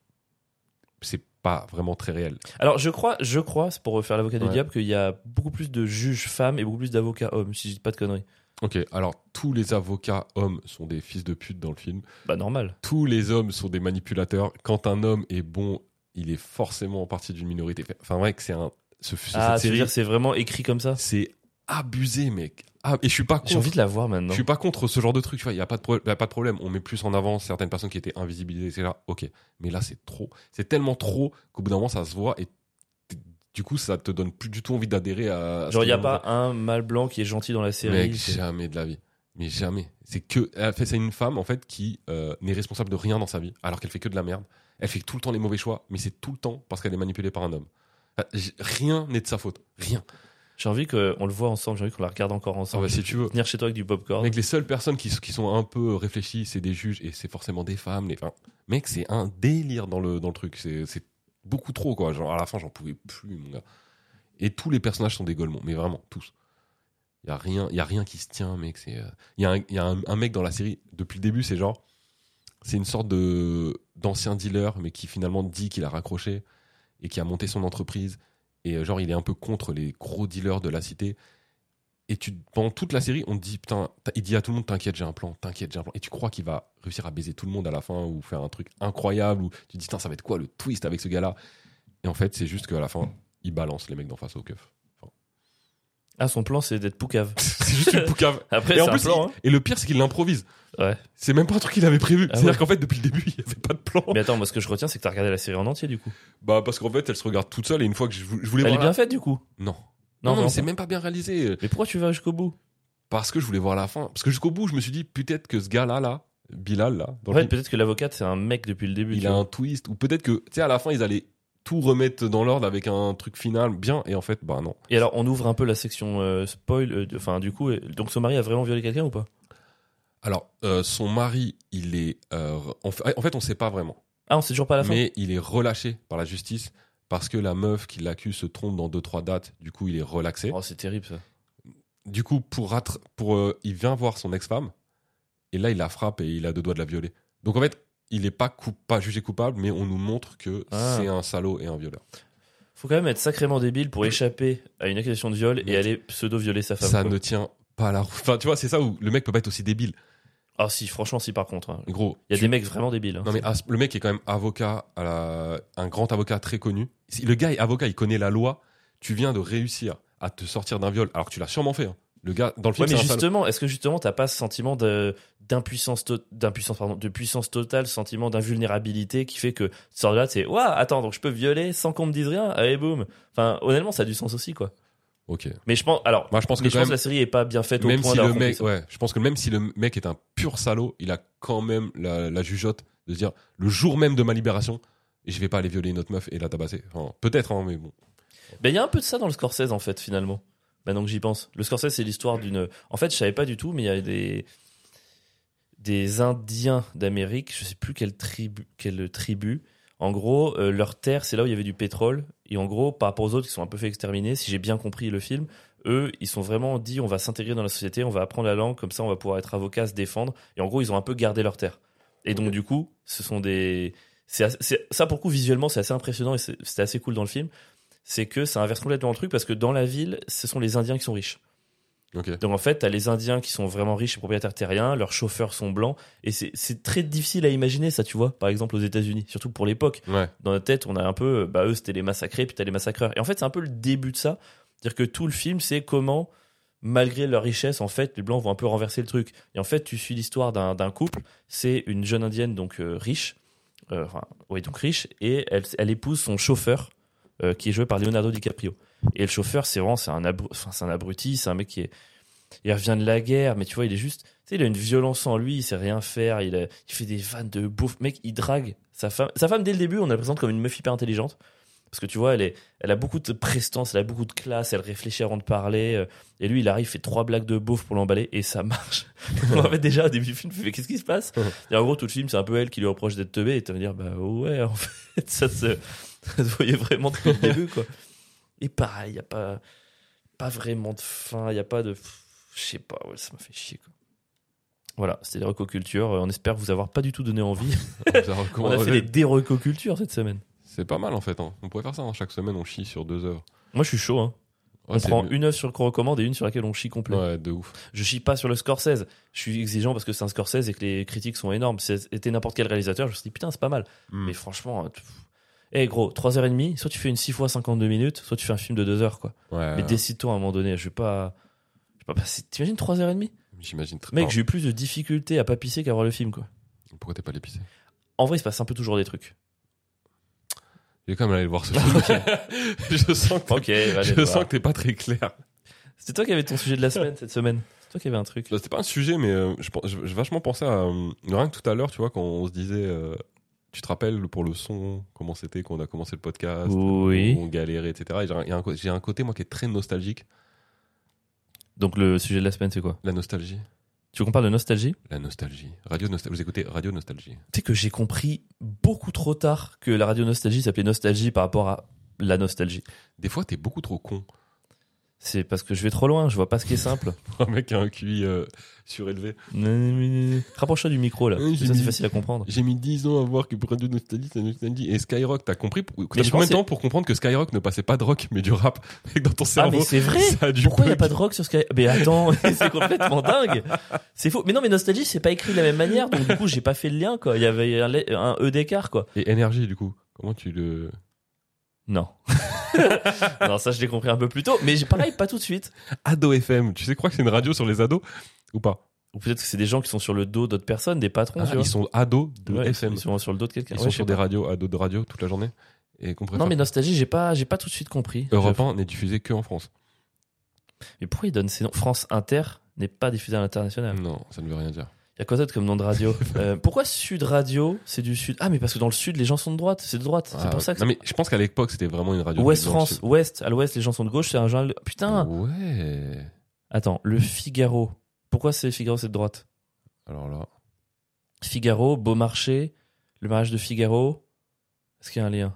B: c'est pas vraiment très réel.
A: Alors, je crois, je crois, c'est pour refaire l'avocat
B: Ouais.
A: du diable, qu'il y a beaucoup plus de juges femmes et beaucoup plus d'avocats hommes, si je dis pas de conneries.
B: Ok, alors tous les avocats hommes sont des fils de pute dans le film.
A: Bah, normal.
B: tous les hommes sont des manipulateurs. Quand un homme est bon, il est forcément en partie d'une minorité. Enfin, vrai que c'est un. Ce, ce-
A: ah,
B: cette
A: tu veux
B: série,
A: dire, c'est vraiment écrit comme ça
B: c'est abusé, mec. Ah, et je suis pas
A: J'ai
B: contre.
A: envie de la voir
B: Je
A: maintenant.
B: suis pas contre ce genre de truc. Tu vois, il y a pas de pro- y a pas de problème. On met plus en avant certaines personnes qui étaient invisibilisées, etc. Ok, mais là c'est trop. C'est tellement trop qu'au bout d'un moment ça se voit et t- du coup ça te donne plus du tout envie d'adhérer à. à ce
A: Genre, il y a
B: qu'ils
A: pas un mâle blanc qui est gentil dans la
B: Mec,
A: série. c'est-
B: jamais de la vie. Mais jamais. C'est que. elle fait- C'est une femme, en fait, qui euh, n'est responsable de rien dans sa vie, alors qu'elle fait que de la merde. Elle fait tout le temps les mauvais choix, mais c'est tout le temps parce qu'elle est manipulée par un homme. Enfin, j- Rien n'est de sa faute. Rien.
A: J'ai envie qu'on le voit ensemble, j'ai envie qu'on la regarde encore
B: Ah
A: ensemble.
B: bah, si tu veux.
A: Venir chez toi avec du popcorn.
B: Mec, les seules personnes qui, s- qui sont un peu réfléchies, c'est des juges et c'est forcément des femmes. Les... Enfin, mec, c'est un délire dans le, dans le truc. C'est c'est beaucoup trop, quoi. Genre, à la fin, j'en pouvais plus, mon gars. Et tous les personnages sont des golemons, mais vraiment, tous. Il n'y a, rien- y a rien qui se tient, mec. Il y a, un, y a un- un mec dans la série, depuis le début, c'est genre. C'est une sorte de d'ancien dealer, mais qui finalement dit qu'il a raccroché et qui a monté son entreprise. Et euh, genre, il est un peu contre les gros dealers de la cité. Et tu, pendant toute la série, on te dit, putain, t'as- il dit à tout le monde, t'inquiète, j'ai un plan, t'inquiète, j'ai un plan. Et tu crois qu'il va réussir à baiser tout le monde à la fin ou faire un truc incroyable ou tu te dis, putain, ça va être quoi le twist avec ce gars-là Et en fait, c'est juste qu'à la fin, il balance les mecs d'en face au keuf.
A: Ah, son plan, c'est d'être poucave.
B: c'est juste une poucave.
A: Après,
B: Et,
A: c'est
B: en
A: un
B: plus,
A: plan,
B: il-
A: hein.
B: et le pire, c'est qu'il l'improvise.
A: Ouais.
B: C'est même pas un truc qu'il avait prévu.
A: Ah
B: C'est-à-dire
A: ouais.
B: qu'en fait, depuis le début, il n'y avait pas de plan.
A: Mais attends, moi, ce que je retiens, c'est que t'as regardé la série en entier, du coup.
B: Bah, parce qu'en fait, elle se regarde toute seule et une fois que je, vou- je voulais
A: Elle est
B: voir.
A: bien
B: la-
A: faite, du coup.
B: Non. Non, non, mais
A: vraiment
B: c'est
A: pas.
B: même pas bien réalisé.
A: Mais pourquoi tu vas jusqu'au bout
B: Parce que je voulais voir la fin. Parce que jusqu'au bout, je me suis dit, peut-être que ce gars-là, là, Bilal, là, dans
A: En
B: le
A: fait, peut-être que l'avocate, c'est un mec depuis le début.
B: il
A: tu
B: a
A: vois.
B: un twist ou peut-être que tu sais à la fin ils allaient tout remettre dans l'ordre avec un truc final bien et en fait bah non
A: Et alors, on ouvre un peu la section euh, spoil. euh, de- Enfin, du coup, euh, donc son mari a vraiment violé quelqu'un ou pas
B: alors euh, son mari il est euh, en, fait, en fait on sait pas vraiment
A: Ah, on sait toujours pas à la fin.
B: mais il est relâché par la justice parce que la meuf qui l'accuse se trompe dans deux trois dates du coup il est relaxé
A: Oh, c'est terrible ça.
B: du coup pour rattra- pour euh, il vient voir son ex-femme et là il la frappe et il a deux doigts de la violer donc en fait il est pas coup- pas jugé coupable mais on nous montre que
A: Ah.
B: c'est un salaud et un violeur
A: Faut quand même être sacrément débile pour échapper à une accusation de viol
B: Mec.
A: et aller pseudo-violer sa femme.
B: ça
A: quoi.
B: ne tient pas la route enfin tu vois c'est ça où le mec peut pas être aussi débile
A: Ah, si, franchement, si, par contre. hein.
B: gros
A: Il y a
B: tu-
A: des mecs vraiment débiles. hein.
B: Non mais as- le mec est quand même avocat, à la- un grand avocat très connu. Si le gars est avocat, il connaît la loi. Tu viens de réussir à te sortir d'un viol, alors que tu l'as sûrement fait. hein. Le gars dans le
A: Ouais,
B: film,
A: mais
B: c'est un salaud.
A: justement, est-ce que justement, t'as pas ce sentiment de- d'impuissance, to- d'impuissance, pardon, de puissance totale, ce sentiment d'invulnérabilité qui fait que tu sors de là, c'est waouh, attends, donc je peux violer sans qu'on me dise rien, allez boum. Enfin, honnêtement, ça a du sens aussi, quoi.
B: Ok.
A: Mais je pense, alors,
B: Moi, je pense que
A: mais je
B: quand
A: pense que
B: même,
A: la série est pas bien faite au
B: même
A: point
B: si
A: d'avoir
B: le
A: compris
B: mec,
A: ça.
B: ouais, je pense que même si le mec est un pur salaud, il a quand même la, la jugeote de se dire le jour même de ma libération, je vais pas aller violer une autre meuf et la tabasser. Enfin, peut-être, hein, mais bon.
A: Ben, il y a un peu de ça dans le Scorsese, en fait, finalement. Maintenant que j'y pense. Le Scorsese, c'est l'histoire d'une. En fait, je savais pas du tout, mais il y a des. Des Indiens d'Amérique, je sais plus quelle tribu. Quelle tribu. En gros, euh, leur terre, c'est là où il y avait du pétrole. Et en gros, par rapport aux autres qui sont un peu fait exterminer, si j'ai bien compris le film, eux, ils sont vraiment dit on va s'intégrer dans la société, on va apprendre la langue, comme ça on va pouvoir être avocat, se défendre. Et en gros, ils ont un peu gardé leur terre. Et donc, du coup, ce sont des. c'est assez- c'est- ça, pour le coup, visuellement, c'est assez impressionnant et c'est c'est assez cool dans le film. C'est que ça inverse complètement le truc parce que dans la ville, ce sont les Indiens qui sont riches.
B: Ok.
A: Donc en fait, t'as les Indiens qui sont vraiment riches et propriétaires terriens, leurs chauffeurs sont blancs, et c'est- c'est très difficile à imaginer ça, tu vois, par exemple aux États-Unis, surtout pour l'époque.
B: Ouais.
A: Dans notre tête, on a un peu, euh, bah eux c'était les massacrés, puis t'as les massacreurs. Et en fait, c'est un peu le début de ça. C'est-à-dire que tout le film, c'est comment, malgré leur richesse, en fait, les blancs vont un peu renverser le truc. Et en fait, tu suis l'histoire d'un d'un couple, c'est une jeune indienne, donc euh, riche, euh, enfin, oui, donc riche, et elle, elle épouse son chauffeur, euh, qui est joué par Leonardo DiCaprio. Et le chauffeur, c'est vraiment, c'est un, abru- enfin, c'est un abruti, c'est un mec qui est il revient de la guerre, mais tu vois, il est juste. Tu sais, il a une violence en lui, il sait rien faire, il, a- il fait des vannes de bouffe. Mec, il drague sa femme. Sa femme, dès le début, on la présente comme une meuf hyper intelligente. Parce que tu vois, elle, est, elle a beaucoup de prestance, elle a beaucoup de classe, elle réfléchit avant de parler. euh, Et lui, il arrive, il fait trois blagues de beauf pour l'emballer, et ça marche. en fait, déjà, au début du film, tu fais qu'est-ce qui se passe Et en gros, tout le film, c'est un peu elle qui lui reproche d'être teubé, et tu vas dire, bah ouais, en fait, ça se, ça se voyait vraiment depuis le début, quoi. Et pareil, il n'y a pas, pas vraiment de fin, il n'y a pas de. Je sais pas, ouais, ça m'a fait chier. Quoi. Voilà, c'était les recocultures. Euh, On espère vous avoir pas du tout donné envie.
B: Ça
A: On
B: recommande-
A: a fait les dérecocultures cette semaine.
B: C'est pas mal en fait. hein. On pourrait faire ça. hein. Chaque semaine, on chie sur deux œuvres.
A: Moi, je suis chaud. Hein.
B: Ouais,
A: on
B: c'est
A: prend
B: mieux.
A: une œuvre sur qu'on recommande et une sur laquelle on chie complet.
B: Ouais, de ouf.
A: Je chie pas sur le Scorsese. Je suis exigeant parce que c'est un Scorsese et que les critiques sont énormes. Si C'était n'importe quel réalisateur, je me suis dit putain, c'est pas mal.
B: Mm. Hmm.
A: Mais franchement, euh, tu- eh gros, 3h30, soit tu fais une 6 fois 52 minutes, soit tu fais un film de 2 heures quoi.
B: Ouais.
A: Mais décide-toi à un moment donné, je vais pas. Je vais pas passer. T'imagines 3h30
B: J'imagine très. Oh,
A: Mec,
B: Pardon.
A: j'ai eu plus de difficultés à pas pisser qu'à voir le film quoi.
B: Pourquoi t'es pas allé pisser
A: En vrai, il se passe un peu toujours des trucs.
B: J'ai quand même allé le voir ce film. je sens que t'es-
A: Ok, allez,
B: je
A: voilà.
B: sens que t'es pas très clair.
A: C'était toi qui avais ton sujet de la semaine cette semaine. C'est toi qui avais un truc.
B: Là, C'était pas un sujet, mais euh, je, pense- je- j'ai vachement pensé à. euh, rien que tout à l'heure, tu vois, quand on se disait. euh, tu te rappelles pour le son, comment c'était quand on a commencé le podcast
A: Oui.
B: On galérait, etc. Et j'ai un- il y a un co- J'ai un côté, moi, qui est très nostalgique.
A: Donc le sujet de la semaine, c'est quoi
B: La nostalgie.
A: Tu veux qu'on parle de nostalgie
B: La nostalgie. Radio nostalgie. Vous écoutez Radio Nostalgie.
A: Tu sais que j'ai compris beaucoup trop tard que la radio nostalgie s'appelait nostalgie par rapport à la nostalgie.
B: Des fois, t'es beaucoup trop con.
A: C'est parce que je vais trop loin, je vois pas ce qui est simple.
B: Un mec qui a un QI euh, surélevé.
A: Rapproche-toi du micro là,
B: Oui,
A: ça
B: j'ai
A: c'est
B: mis-
A: facile à comprendre.
B: J'ai mis 10 ans à voir que Radio Nostalgie, c'est Nostalgie. Et Skyrock, t'as compris pour-
A: je
B: T'as mis
A: pense
B: combien de temps pour comprendre que Skyrock ne passait pas de rock, mais du rap Mec, dans ton
A: Ah
B: cerveau.
A: mais c'est vrai
B: ça a dû
A: Pourquoi il n'y a pas
B: bug.
A: de rock sur Sky Mais attends, c'est complètement dingue. C'est faux. Mais non, mais nostalgie, c'est pas écrit de la même manière, donc du coup, j'ai pas fait le lien quoi. Il y avait un, la- un E d'écart quoi.
B: Et énergie, du coup. Comment tu le.
A: Non. non, ça je l'ai compris un peu plus tôt, mais j'ai pareil, pas tout de suite.
B: Ado FM. Tu sais quoi que c'est une radio sur les ados Ou pas
A: Ou peut-être que c'est des gens qui sont sur le dos d'autres personnes, des patrons. tu vois.
B: Ah, Ils sont ados de
A: Ouais,
B: FM.
A: Ils sont sur le dos de quelqu'un.
B: Ils
A: Ouais,
B: sont
A: je
B: sur
A: sais
B: des
A: pas.
B: radios, ados de radio toute la journée. Et qu'on préfère.
A: Non, mais nostalgie, j'ai pas, j'ai pas tout de suite compris.
B: Europe 1 n'est diffusé que en France.
A: Mais pourquoi ils donnent ces noms France Inter n'est pas diffusé à l'international.
B: Non, ça ne veut rien dire.
A: Il y a quoi d'autre comme nom de radio Euh, Pourquoi Sud Radio C'est du Sud. Ah, mais parce que dans le Sud, les gens sont de droite. C'est de droite. c'est
B: Ah,
A: pour ça que.
B: Non, mais je pense qu'à l'époque, c'était vraiment une radio.
A: Ouest
B: dans le
A: France,
B: sud.
A: Ouest, à l'Ouest, les gens sont de gauche. C'est un journal. Putain.
B: Ouais.
A: Attends, le Figaro. Pourquoi c'est Figaro, c'est de droite
B: Alors là.
A: Figaro, Beaumarchais, le mariage de Figaro. Est-ce qu'il y a un lien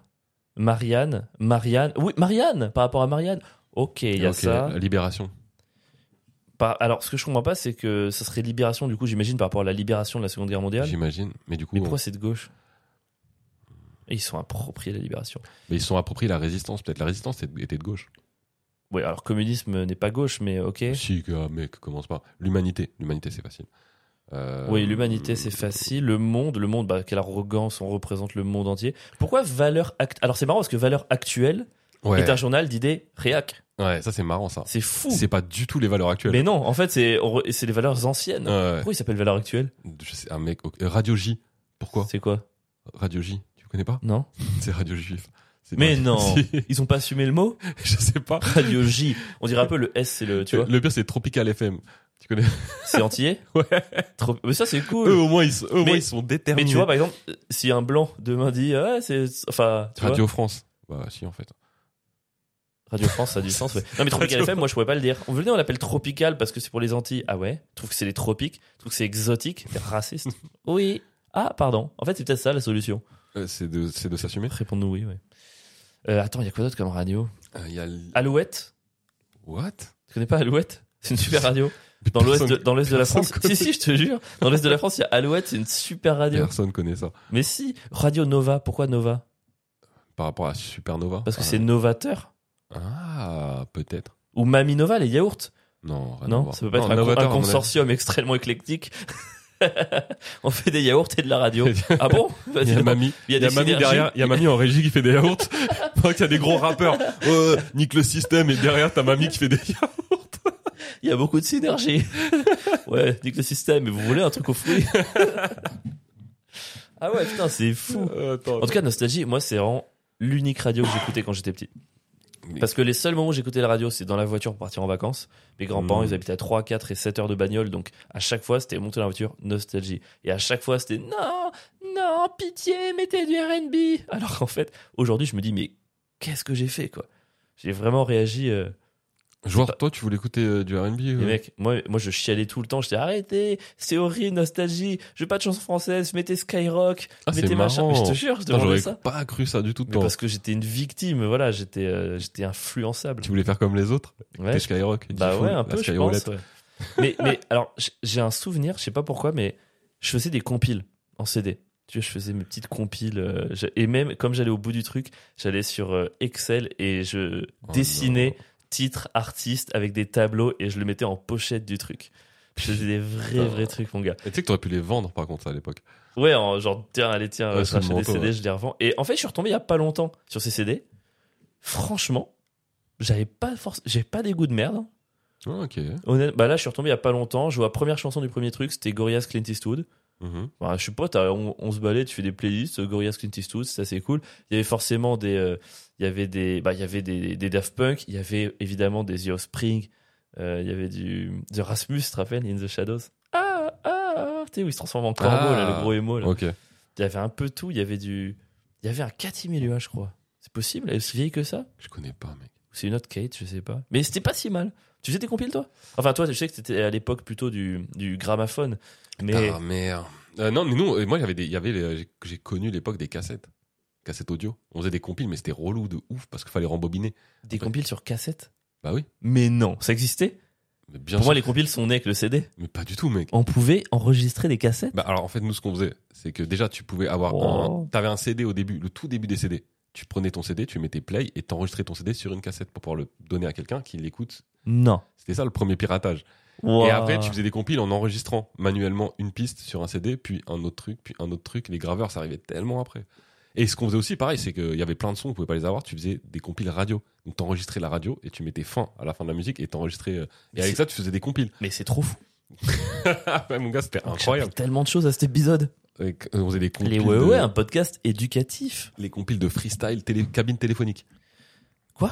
A: Marianne, Marianne. Oui, Marianne, par rapport à Marianne. Ok, il y a
B: Ok,
A: ça.
B: la Libération.
A: Par- Alors, ce que je comprends pas, c'est que ça serait libération, du coup, j'imagine, par rapport à la libération de la Seconde Guerre mondiale.
B: J'imagine. Mais du coup,
A: Mais
B: on-
A: pourquoi c'est de gauche Et Ils sont appropriés à la libération.
B: mais ils se sont appropriés la résistance. Peut-être la résistance était de gauche.
A: Oui, alors communisme n'est pas gauche, mais ok.
B: Si, gars, mec, commence pas. L'humanité. L'humanité, c'est facile. Euh,
A: Oui, l'humanité, c'est facile. Le monde, le monde, bah, quelle arrogance, on représente le monde entier. Pourquoi valeur act- Alors, c'est marrant parce que valeur actuelle
B: Ouais,
A: est un journal d'idées réac.
B: ouais ça, c'est marrant, ça.
A: C'est fou.
B: C'est pas du tout les valeurs actuelles.
A: Mais non, en fait, c'est on re- c'est les valeurs anciennes.
B: Ouais,
A: Pourquoi il s'appelle valeur actuelle
B: ouais. Je sais, un mec. ok. Euh, Radio J. Pourquoi
A: C'est quoi
B: Radio J. Tu connais pas
A: Non
B: C'est Radio Juif. C'est
A: Mais
B: pas-
A: non
B: Si,
A: Ils ont pas assumé le mot
B: Je sais pas.
A: Radio J. On dirait un peu le S, c'est le. Tu vois
B: Le pire, c'est Tropical FM. Tu connais
A: C'est entier
B: Ouais. Euh,
A: Trop- Mais ça, c'est cool.
B: Eux, au moins, ils, sont- eux, au
A: Mais-
B: moins, ils sont déterminés.
A: mais tu vois, par exemple, euh, si un blanc demain dit, ah, c'est. Enfin, tu vois, Radio...
B: Radio France. Bah, si, en fait.
A: France, ça a du sens, ouais. Non, mais Tropical
B: Radio-
A: FM, moi, je pouvais pas le dire. On venait, on l'appelle Tropical parce que c'est pour les Antilles. Ah ouais Je trouve que c'est les tropiques. Je trouve que c'est exotique. T'es raciste. oui. Ah, pardon. En fait, c'est peut-être ça la solution.
B: Euh, c'est de, c'est de s'assumer.
A: Réponds-nous oui, ouais. Euh, attends, il y a quoi d'autre comme radio
B: Euh, Il y a. l-
A: Alouette
B: What
A: Tu connais pas Alouette C'est une super radio. Dans l'ouest de, dans l'ouest de la
B: personne
A: France.
B: connaît.
A: Si, si, je te jure. Dans l'ouest de la France, il y a Alouette, c'est une super radio.
B: Personne connaît ça.
A: Mais si, Radio Nova. Pourquoi Nova
B: Par rapport à Supernova.
A: Parce que
B: Ah.
A: c'est novateur.
B: Ah, peut-être.
A: Ou Mamie Nova, les yaourts.
B: Non, rien à
A: Non,
B: voir.
A: ça peut pas
B: Non,
A: être un, co-
B: Novateur,
A: un
B: à mon avis.
A: consortium extrêmement éclectique. On fait des yaourts et de la radio. ah bon Bah,
B: Il y
A: dis
B: a
A: donc.
B: mamie,
A: Il y a
B: il y a
A: des
B: mamie
A: synergies.
B: derrière, il y a mamie en régie qui fait des yaourts. Pendant qu'il y a des gros rappeurs, euh, nique le système et derrière t'as mamie qui fait des yaourts.
A: Il y a beaucoup de synergie. ouais, nique le système, mais vous voulez un truc aux fruits Ah ouais, putain, c'est fou.
B: Euh, attends.
A: En tout cas, Nostalgie, moi, c'est vraiment l'unique radio que j'écoutais quand j'étais petit.
B: Mais-
A: Parce que les seuls moments où j'écoutais la radio, c'est dans la voiture pour partir en vacances. Mes grands-parents,
B: Mm.
A: ils habitaient à 3, 4 et 7 heures de bagnole. Donc, à chaque fois, c'était monter dans la voiture, nostalgie. Et à chaque fois, c'était non, non, pitié, mettez du RB. Alors qu'en fait, aujourd'hui, je me dis, mais qu'est-ce que j'ai fait, quoi J'ai vraiment réagi. euh,
B: Joueur, toi, tu voulais écouter euh, du R&B
A: les
B: euh,
A: mecs, moi, moi, je chialais tout le temps. J'étais arrêtez, c'est horrible, nostalgie. Je veux pas de chanson française. Mettez Skyrock,
B: Ah, c'est
A: mettez machin. Mais
B: marrant.
A: je te jure, je
B: Putain,
A: demandais
B: J'aurais
A: ça.
B: pas cru ça du tout.
A: Mais
B: toi.
A: parce que j'étais une victime, voilà, j'étais euh, j'étais influençable.
B: Tu voulais faire comme les autres.
A: Ouais.
B: T'es Skyrock.
A: Bah
B: Diffoul,
A: ouais, un
B: la
A: peu, je
B: Skyroulette.
A: pense. ouais. mais, mais alors, j- j'ai un souvenir, je sais pas pourquoi, mais je faisais des compiles en CD. Tu vois, je faisais mes petites compiles. euh, j'a- et même, comme j'allais au bout du truc, j'allais sur euh, Excel et je
B: Oh
A: dessinais titre, artiste avec des tableaux et je le mettais en pochette du truc. Je faisais des vrais,
B: Putain.
A: vrais trucs, mon gars.
B: Et tu sais que t'aurais pu les vendre par contre ça, à l'époque.
A: Ouais, en genre, tiens, allez, tiens,
B: Ouais,
A: je rachète des
B: sous le
A: CD,
B: manteau, ouais.
A: je les revends. Et en fait, je suis retombé il y a pas longtemps sur ces CD. Franchement, j'avais pas, forc- j'avais pas des goûts de merde.
B: Ah, ok.
A: Honnête- bah là, je suis retombé il y a pas longtemps. Je vois la première chanson du premier truc, c'était Gorillaz Clint Eastwood.
B: Mhm.
A: Bah, je sais pas, t'as- on, on se balait, tu fais des playlists, euh, Gorillaz Clint Eastwood, c'est assez cool. Il y avait forcément des, euh, il y avait des, bah, il y avait des, des Daft Punk, il y avait évidemment des The Offspring, euh, il y avait du, The Rasmus, tu te rappelles, In the Shadows. Ah, ah, ah, tu sais où il se transforme en corbeau,
B: Ah.
A: là, le gros émo. Là.
B: Ok.
A: Il y avait un peu tout, il y avait du, il y avait un Catimélua, je crois. C'est possible, elle est aussi vieille que ça
B: Je connais pas, mec.
A: ou c'est une autre Kate, je sais pas. Mais c'était pas si mal. Tu faisais des compiles, toi Enfin, toi, je sais que c'était à l'époque plutôt du, du grammaphone. Mais
B: Ah merde. Euh, non, mais nous, euh, moi j'avais des, il y avait, les- j'ai- j'ai connu l'époque des cassettes, cassettes audio. On faisait des compiles, mais c'était relou de ouf parce qu'il fallait rembobiner.
A: des compiles sur cassette
B: Bah oui.
A: Mais non, ça existait
B: Mais bien
A: Pour moi, les
B: sûr.
A: compiles sont nés avec le CD.
B: Mais pas du tout, mec.
A: On pouvait enregistrer des cassettes
B: Bah alors en fait nous ce qu'on faisait c'est que déjà tu pouvais avoir
A: Oh.
B: un, t'avais un CD au début le tout début des CD tu prenais ton CD tu mettais play et t'enregistrais ton CD sur une cassette pour pouvoir le donner à quelqu'un qui l'écoute
A: Non.
B: c'était ça le premier piratage
A: Wow.
B: et après tu faisais des compiles en enregistrant manuellement une piste sur un CD puis un autre truc puis un autre truc les graveurs ça arrivait tellement après et ce qu'on faisait aussi pareil c'est qu'il y avait plein de sons on pouvait pas les avoir tu faisais des compiles radio donc t'enregistrais la radio et tu mettais fin à la fin de la musique et t'enregistrais euh, et avec ça tu faisais des compiles
A: Mais c'est trop fou.
B: Ah Ouais, mon gars c'était
A: J'ai appris
B: incroyable
A: tellement de choses à cet épisode.
B: Et qu- on faisait des compiles
A: Les
B: de-
A: ouais, ouais, un podcast éducatif.
B: les compiles de freestyle télé cabine téléphonique.
A: Quoi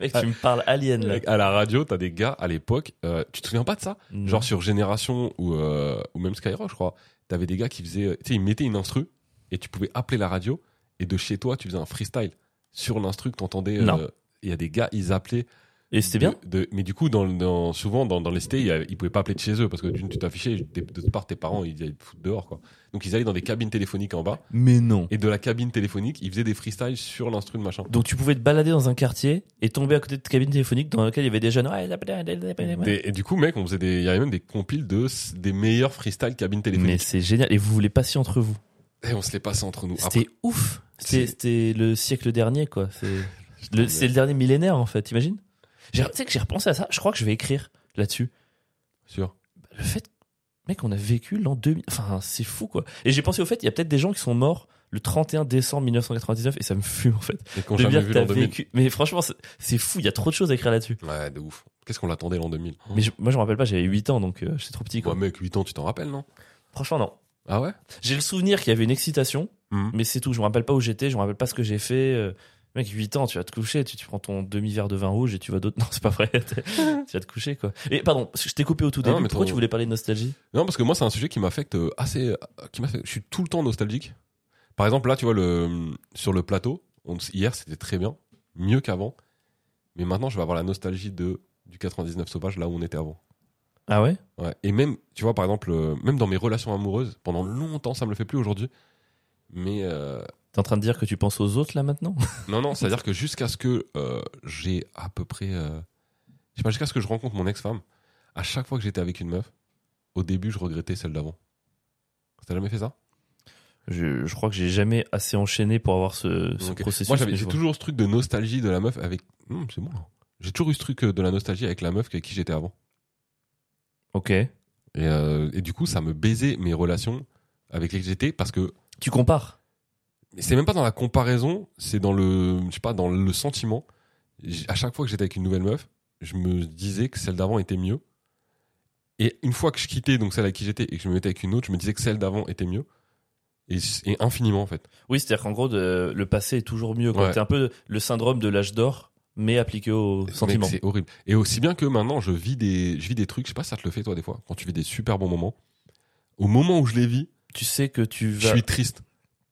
A: Mec, tu me parles alien, là.
B: Mec, À la radio, t'as des gars à l'époque, euh, tu te souviens pas de ça
A: Mhm.
B: Genre sur Génération ou, euh, ou même Skyrock, je crois, t'avais des gars qui faisaient, euh, tu sais, ils mettaient une instru et tu pouvais appeler la radio et de chez toi, tu faisais un freestyle sur l'instru que t'entendais.
A: Non.
B: euh, Il y a des gars, ils appelaient.
A: Et c'était
B: de-
A: bien
B: de- Mais du coup, dans, dans- souvent, dans, dans les cités, il y a- ils pouvaient pas appeler de chez eux parce que d'une, tu t'affichais, et d'autre part, tes parents, ils allaient te foutre dehors, quoi. Donc ils allaient dans des cabines téléphoniques en bas
A: Mais non.
B: et de la cabine téléphonique, ils faisaient des freestyles sur l'instru de machin.
A: Donc tu pouvais te balader dans un quartier et tomber à côté de cabines téléphoniques dans laquelle il y avait des jeunes. Ouais, là, là, là, là, là, là.
B: Des- et du coup, mec, on faisait des, il y avait même des compiles de s- des meilleurs freestyle cabines
A: Mais
B: téléphoniques.
A: c'est génial. Et vous voulez passer entre vous.
B: Et on se les passait entre nous.
A: C'était ouf. C'était
B: c'est- Ah,
A: c'était le siècle dernier, quoi. C'est le,
B: Putain,
A: c'est le dernier millénaire, en fait, t'imagines J'ai- Tu sais que j'ai repensé à ça. Je crois que je vais écrire là-dessus.
B: sûr.
A: Le fait, mec, on a vécu l'an 2000. Enfin, c'est fou, quoi. Et j'ai pensé au fait, il y a peut-être des gens qui sont morts le 31 décembre 1999 et ça me fume, en fait.
B: Et qu'on
A: De
B: jamais
A: dire que
B: vu
A: t'as
B: l'an 2000.
A: vécu. Mais franchement, c'est- c'est fou. Il y a trop de choses à écrire là-dessus.
B: Ouais, de ouf. Qu'est-ce qu'on l'attendait l'an 2000
A: Mais je- moi, je me rappelle pas, j'avais 8 ans, donc euh, j'étais trop petit, quoi.
B: Ouais, mec, 8 ans, tu t'en rappelles, non
A: Franchement, non.
B: Ah ouais
A: J'ai le souvenir qu'il y avait une excitation,
B: Mhm.
A: mais c'est tout. Je me rappelle pas où j'étais, je me rappelle pas ce que j'ai fait. Euh, Mec, 8 ans, tu vas te coucher, tu, tu prends ton demi-verre de vin rouge et tu vas d'autres. Non, c'est pas vrai. tu vas te coucher, quoi. Et pardon, je t'ai coupé au tout
B: Ah non,
A: début.
B: mais
A: Pourquoi
B: ton-
A: tu voulais parler de nostalgie
B: Non, parce que moi, c'est un sujet qui m'affecte euh, assez. euh, Qui m'affecte- Je suis tout le temps nostalgique. Par exemple, là, tu vois, le, euh, sur le plateau, on- hier, c'était très bien. Mieux qu'avant. Mais maintenant, je vais avoir la nostalgie de, du 99 Sauvage, là où on était avant.
A: Ah ouais
B: Ouais. Et même, tu vois, par exemple, euh, même dans mes relations amoureuses, pendant longtemps, ça me le fait plus aujourd'hui. Mais euh,
A: T'es en train de dire que tu penses aux autres là maintenant
B: Non, non, c'est-à-dire que jusqu'à ce que euh, j'ai à peu près. euh, je sais pas, jusqu'à ce que je rencontre mon ex-femme, à chaque fois que j'étais avec une meuf, au début, je regrettais celle d'avant. T'as jamais fait ça
A: je, je crois que j'ai jamais assez enchaîné pour avoir ce, ce
B: Ok.
A: processus.
B: Moi,
A: mais
B: j'avais
A: je
B: j'ai
A: vois.
B: toujours ce truc de nostalgie de la meuf avec. Hum, c'est bon. là. J'ai toujours eu ce truc euh, de la nostalgie avec la meuf avec qui j'étais avant.
A: Ok.
B: Et, euh, et du coup, ça me baisait mes relations avec les que j'étais parce que
A: Tu compares.
B: mais c'est même pas dans la comparaison, c'est dans le, je sais pas, dans le sentiment. J- À chaque fois que j'étais avec une nouvelle meuf, je me disais que celle d'avant était mieux. Et une fois que je quittais donc celle avec qui j'étais et que je me mettais avec une autre, je me disais que celle d'avant était mieux. Et, c- et infiniment en fait.
A: Oui, c'est-à-dire qu'en gros, de- le passé est toujours mieux. quoi.
B: Ouais.
A: T'es un peu le syndrome de l'âge d'or, mais appliqué au sentiment.
B: Mec, C'est horrible. Et aussi bien que maintenant, je vis des, je vis des trucs. Je sais pas, si ça te le fait toi des fois. Quand tu vis des super bons moments, au moment où je les vis,
A: Tu sais que tu
B: je
A: vas.
B: suis triste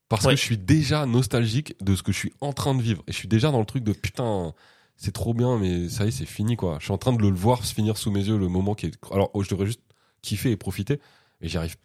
B: parce
A: Ouais.
B: que je suis déjà nostalgique de ce que je suis en train de vivre et je suis déjà dans le truc de putain c'est trop bien mais ça y est c'est fini quoi je suis en train de le voir se finir sous mes yeux le moment qui est alors oh, je devrais juste kiffer et profiter et j'y arrive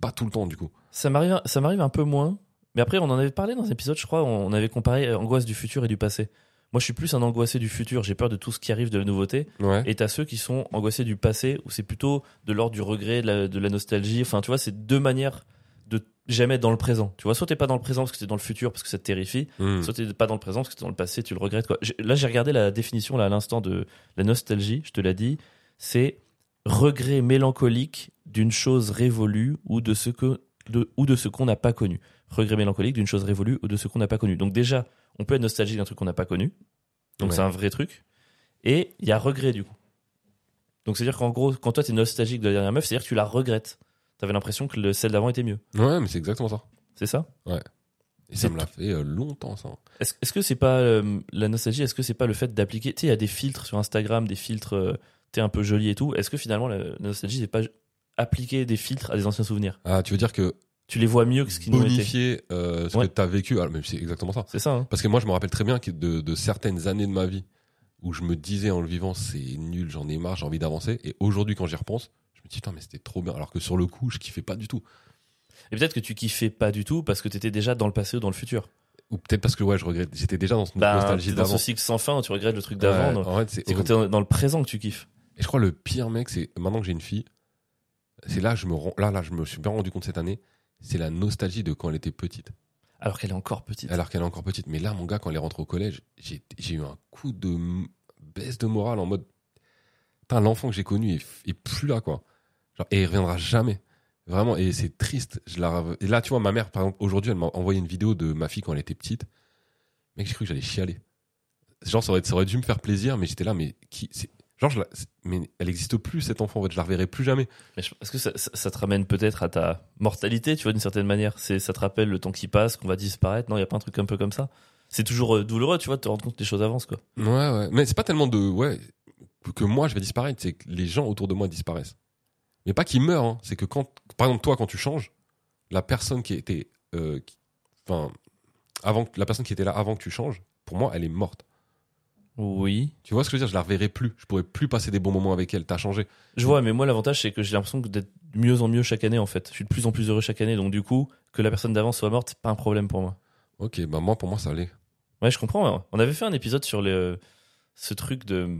B: pas tout le temps du coup
A: Ça m'arrive, ça m'arrive un peu moins. Mais après, on en avait parlé dans un épisode, je crois, on avait comparé euh, angoisse du futur et du passé. Moi, je suis plus un angoissé du futur. J'ai peur de tout ce qui arrive de la nouveauté.
B: ouais
A: Et t'as ceux qui sont angoissés du passé, où c'est plutôt de l'ordre du regret, de la, de la nostalgie. Enfin, tu vois, c'est deux manières de jamais être dans le présent. Tu vois, soit t'es pas dans le présent parce que t'es dans le futur, parce que ça te terrifie.
B: Hmm.
A: Soit t'es pas dans le présent parce que t'es dans le passé, tu le regrettes. Quoi. J'ai- Là, j'ai regardé la définition là à l'instant de la nostalgie. Je te l'ai dit, c'est regret mélancolique d'une chose révolue ou de ce que de, ou de ce qu'on n'a pas connu. Regret mélancolique d'une chose révolue ou de ce qu'on n'a pas connu. Donc déjà, on peut être nostalgique d'un truc qu'on n'a pas connu. Donc
B: Ouais.
A: c'est un vrai truc. Et il y a regret du coup. Donc c'est-à-dire qu'en gros, quand toi t'es nostalgique de la dernière meuf, c'est-à-dire que tu la regrettes. T'avais l'impression que le- celle d'avant était mieux.
B: ouais mais c'est exactement ça
A: C'est ça
B: et ça
A: C'est
B: me l'a fait euh, longtemps ça
A: Est-ce est-ce que c'est pas euh, la nostalgie Est-ce que c'est pas le fait d'appliquer Tu sais, il y a des filtres sur Instagram, des filtres, euh, t'es un peu joli et tout. Est-ce que finalement la, la nostalgie, c'est pas appliquer des filtres à des anciens souvenirs
B: ah tu veux dire que
A: Tu les vois mieux que ce qu'ils nous étaient.
B: bonifier euh, ce
A: Ouais.
B: que t'as vécu ah, mais c'est exactement ça
A: C'est ça. hein
B: Parce que moi, je me rappelle très bien que de, de certaines années de ma vie où je me disais en le vivant, c'est nul, j'en ai marre, j'ai envie d'avancer. Et aujourd'hui, quand j'y repense, je me dis, putain, mais c'était trop bien. Alors que sur le coup, je kiffais pas du tout.
A: et peut-être que tu kiffais pas du tout parce que t'étais déjà dans le passé ou dans le futur.
B: Ou peut-être parce que, ouais, je regrette. J'étais déjà dans cette
A: Bah,
B: nostalgie
A: t'es dans
B: d'avant.
A: ce cycle sans fin, tu regrettes le truc
B: Ouais,
A: d'avant. donc
B: en fait, c'est
A: c'est quand
B: horrible.
A: t'es dans dans le présent que tu kiffes.
B: Et je crois le pire, mec, c'est maintenant que j'ai une fille, c'est là, je me rends, là, là, je me suis bien rendu compte cette année, c'est la nostalgie de quand elle était petite.
A: Alors qu'elle est encore petite.
B: Alors qu'elle est encore petite. Mais là, mon gars, quand elle est rentrée au collège, j'ai j'ai eu un coup de m- baisse de morale en mode. Putain, l'enfant que j'ai connu est, f- est plus là, quoi. Genre, et il reviendra jamais. Vraiment, et c'est triste. Je la... rev- Et là, tu vois, ma mère, par exemple, aujourd'hui, elle m'a envoyé une vidéo de ma fille quand elle était petite. Mec, j'ai cru que j'allais chialer. Genre, ça aurait, ça aurait dû me faire plaisir, mais j'étais là, mais qui. c'est- Genre, je la- c'est- mais elle existe plus, cet enfant, en fait. Je la reverrai plus jamais.
A: Mais je- Est-ce que ça, ça- ça te ramène peut-être à ta mortalité, tu vois, d'une certaine manière C'est ça te rappelle le temps qui passe, qu'on va disparaître Non, il y a pas un truc un peu comme ça C'est toujours euh, douloureux, tu vois, de te rendre compte que les choses avancent, quoi.
B: Ouais, ouais. Mais c'est pas tellement de. Ouais, que moi je vais disparaître, c'est que les gens autour de moi disparaissent. Mais pas qu'ils meurent, hein. c'est que quand. Par exemple, toi, quand tu changes, la personne qui était. euh, qui- Enfin. avant, que- la personne qui était là avant que tu changes, pour moi, elle est morte.
A: Oui.
B: Tu vois ce que je veux dire Je la reverrai plus. Je pourrais plus passer des bons moments avec elle. T'as changé.
A: Je vois, mais moi, l'avantage, c'est que j'ai l'impression que d'être de mieux en mieux chaque année, en fait. Je suis de plus en plus heureux chaque année, donc du coup, que la personne d'avant soit morte, c'est pas un problème pour moi.
B: Ok, bah moi, pour moi, ça allait.
A: Ouais, je comprends. hein. On avait fait un épisode sur le, ce truc de.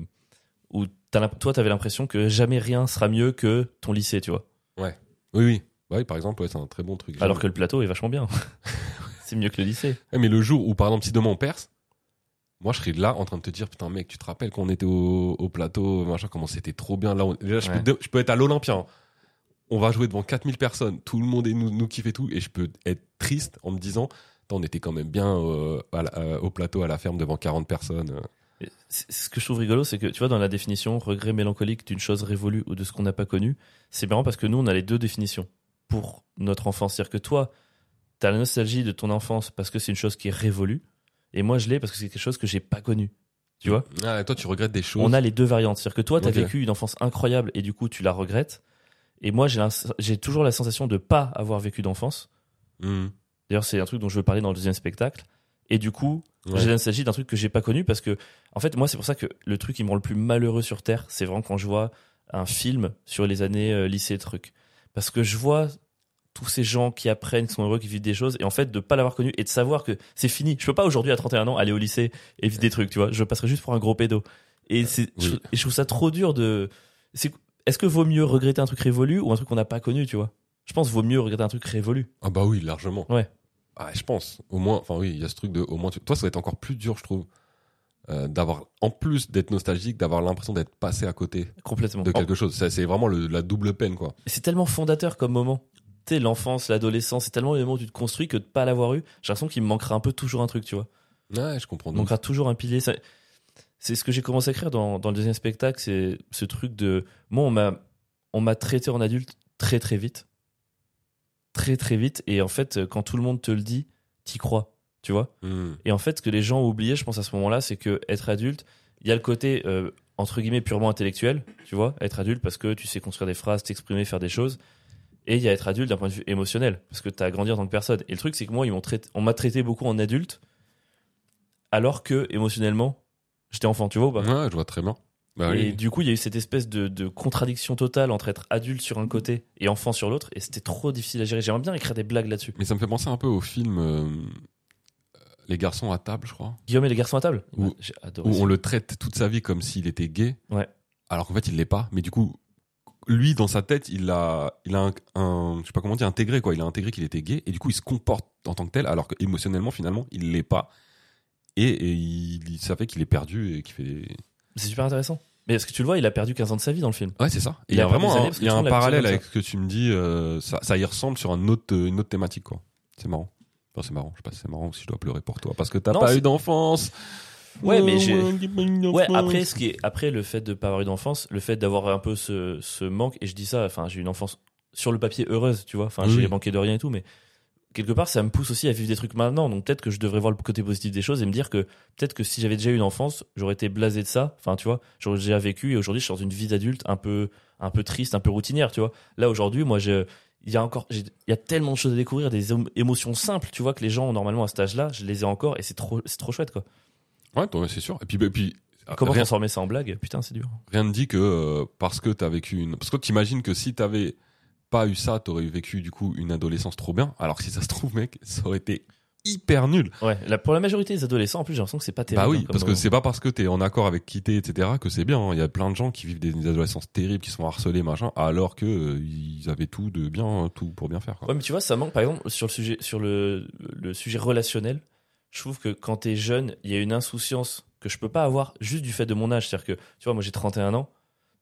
A: où t'as l'imp- toi, t'avais l'impression que jamais rien sera mieux que ton lycée, tu vois.
B: Oui, oui. Bah oui, par exemple, ouais, c'est un très bon truc.
A: Alors que le plateau est vachement bien. c'est mieux que le lycée.
B: Eh, mais le jour où, par exemple, si demain on perce, moi je serais là en train de te dire Putain, mec, tu te rappelles qu'on était au, au plateau, machin, comment c'était trop bien. Là, on- Déjà, je,
A: Ouais.
B: peux, de- je peux être à l'Olympien. On va jouer devant 4000 personnes. Tout le monde est nous, nous kiffe et tout. Et je peux être triste en me disant Putain, On était quand même bien euh, à la- euh, au plateau, à la ferme, devant 40 personnes. euh.
A: Et c'est- Ce que je trouve rigolo, c'est que tu vois, dans la définition regret mélancolique d'une chose révolue ou de ce qu'on n'a pas connu, c'est marrant parce que nous, on a les deux définitions pour notre enfance. C'est-à-dire que toi, t'as la nostalgie de ton enfance parce que c'est une chose qui est révolue, et moi, je l'ai parce que c'est quelque chose que j'ai pas connu. Tu vois
B: Ah, et toi, tu regrettes des choses.
A: On a les deux variantes. C'est-à-dire que toi, t'as
B: Ok.
A: vécu une enfance incroyable et du coup, tu la regrettes. Et moi, j'ai l'ins- j'ai toujours la sensation de pas avoir vécu d'enfance.
B: Hmm.
A: D'ailleurs, c'est un truc dont je veux parler dans le deuxième spectacle. Et du coup,
B: Ouais.
A: j'ai nostalgie d'un truc que j'ai pas connu parce que, en fait, moi, c'est pour ça que le truc qui me rend le plus malheureux sur Terre, c'est vraiment quand je vois un film sur les années euh, lycée, truc. Parce que je vois tous ces gens qui apprennent, qui sont heureux, qui vivent des choses, et en fait de pas l'avoir connu et de savoir que c'est fini. Je peux pas aujourd'hui à 31 ans aller au lycée et vivre des trucs, tu vois. Je passerai juste pour un gros pédo. Et c'est, je,
B: Euh, oui.
A: et je trouve ça trop dur de. c'est- Est-ce que vaut mieux regretter un truc révolu ou un truc qu'on n'a pas connu, tu vois Je pense vaut mieux regretter un truc révolu.
B: Ah bah oui, largement.
A: Ouais.
B: Ah, je pense. Au moins, enfin oui, il y a ce truc de. Au moins, tu- toi, ça va être encore plus dur, je trouve, euh, d'avoir, en plus d'être nostalgique, d'avoir l'impression d'être passé à côté
A: Complètement.
B: de
A: En-
B: quelque chose. Ça, C'est vraiment le- la double peine, quoi.
A: c'est tellement fondateur comme moment. Tu sais, l'enfance, l'adolescence, c'est tellement le moment où tu te construis que de pas l'avoir eu, j'ai l'impression qu'il me manquera un peu toujours un truc, tu vois.
B: Ouais, je comprends.
A: Il me
B: Donc,
A: manquera toujours un pilier. Ça- C'est ce que j'ai commencé à écrire dans, dans le deuxième spectacle, c'est ce truc de. Moi, on m'a, on m'a traité en adulte très très vite. Très très vite. Et en fait, quand tout le monde te le dit, t'y crois, tu vois.
B: Hmm.
A: Et en fait, ce que les gens ont oublié, je pense, à ce moment-là, c'est que être adulte, il y a le côté, euh, entre guillemets, purement intellectuel, tu vois, être adulte parce que tu sais construire des phrases, t'exprimer, faire des choses. Et il y a être adulte d'un point de vue émotionnel, parce que t'as grandi en tant que personne. Et le truc, c'est que moi, ils m'ont traité, on m'a traité beaucoup en adulte, alors que, émotionnellement, j'étais enfant, tu vois ou pas
B: Ouais, je vois très bien. Bah
A: et
B: oui.
A: du coup, il y a eu cette espèce de, de contradiction totale entre être adulte sur un côté et enfant sur l'autre, et c'était trop difficile à gérer. J'aimerais bien écrire des blagues là-dessus.
B: Mais ça me fait penser un peu au film euh, Les garçons à table, je crois.
A: Guillaume et les garçons à table
B: Ou-
A: J'ai
B: où
A: adoré. ça.
B: on le traite toute sa vie comme s'il était gay.
A: Ouais.
B: Alors qu'en fait, il l'est pas. Mais du coup, lui, dans sa tête, il a, il a un, un- je sais pas comment dire, intégré quoi. Il a intégré qu'il était gay et du coup, il se comporte en tant que tel, alors qu'émotionnellement, finalement, il l'est pas. Et, et il, il- ça fait qu'il est perdu et qu'il fait. des-
A: C'est super intéressant. Mais est-ce que tu le vois, il a perdu 15 ans de sa vie dans le film.
B: Ouais, c'est ça.
A: Il
B: Et il y
A: a
B: a
A: perdu
B: vraiment,
A: des
B: un-
A: années parce que
B: il y a
A: tout le
B: un
A: monde l'a perçu
B: parallèle
A: comme
B: avec ce que tu me dis. euh, ça, ça y ressemble sur un autre, une autre thématique quoi. C'est marrant. Enfin, c'est marrant. Je sais pas si c'est marrant ou si je dois pleurer pour toi parce que t'as
A: Non,
B: pas
A: c'est-
B: eu d'enfance. Oh,
A: Ouais, mais j'ai- Ouais,
B: Ouais,
A: après, ce qui est, après le fait de pas avoir eu d'enfance, le fait d'avoir un peu ce, ce manque, et je dis ça, enfin, j'ai eu une enfance sur le papier heureuse, tu vois, enfin,
B: Oui,
A: j'ai
B: oui.
A: manqué de rien et tout, mais quelque part, ça me pousse aussi à vivre des trucs maintenant, donc peut-être que je devrais voir le côté positif des choses et me dire que peut-être que si j'avais déjà eu une enfance, j'aurais été blasé de ça, enfin, tu vois, j'aurais déjà vécu, et aujourd'hui, je suis dans une vie d'adulte un peu, un peu triste, un peu routinière, tu vois. Là, aujourd'hui, moi, je. Il y a encore, j'ai- il y a tellement de choses à découvrir, des émo- émotions simples, tu vois, que les gens ont normalement à cet âge-là, je les ai encore et c'est trop, c'est trop chouette, quoi.
B: Ouais, toi, c'est sûr. Et puis, et puis
A: Comment
B: rien-
A: transformer ça en blague Putain, c'est dur.
B: rien ne dit que euh, parce que t'as vécu une. Parce que t'imagines que si t'avais pas eu ça, t'aurais vécu du coup une adolescence trop bien. Alors que si ça se trouve, mec, ça aurait été hyper nul.
A: Ouais, la- pour la majorité des adolescents, en plus, j'ai l'impression que c'est pas terrible.
B: bah
A: hein,
B: oui,
A: comme
B: parce que
A: moment.
B: c'est pas parce que t'es en accord avec qui t'es, etc., que c'est bien. hein. Il y a plein de gens qui vivent des, des adolescences terribles, qui sont harcelés, machin, alors que euh, ils avaient tout de bien, hein, tout pour bien faire. Quoi.
A: Ouais, mais tu vois, ça manque, par exemple, sur le sujet, sur le, le sujet relationnel, je trouve que quand t'es jeune, il y a une insouciance que je peux pas avoir juste du fait de mon âge. C'est-à-dire que, tu vois, moi j'ai 31 ans,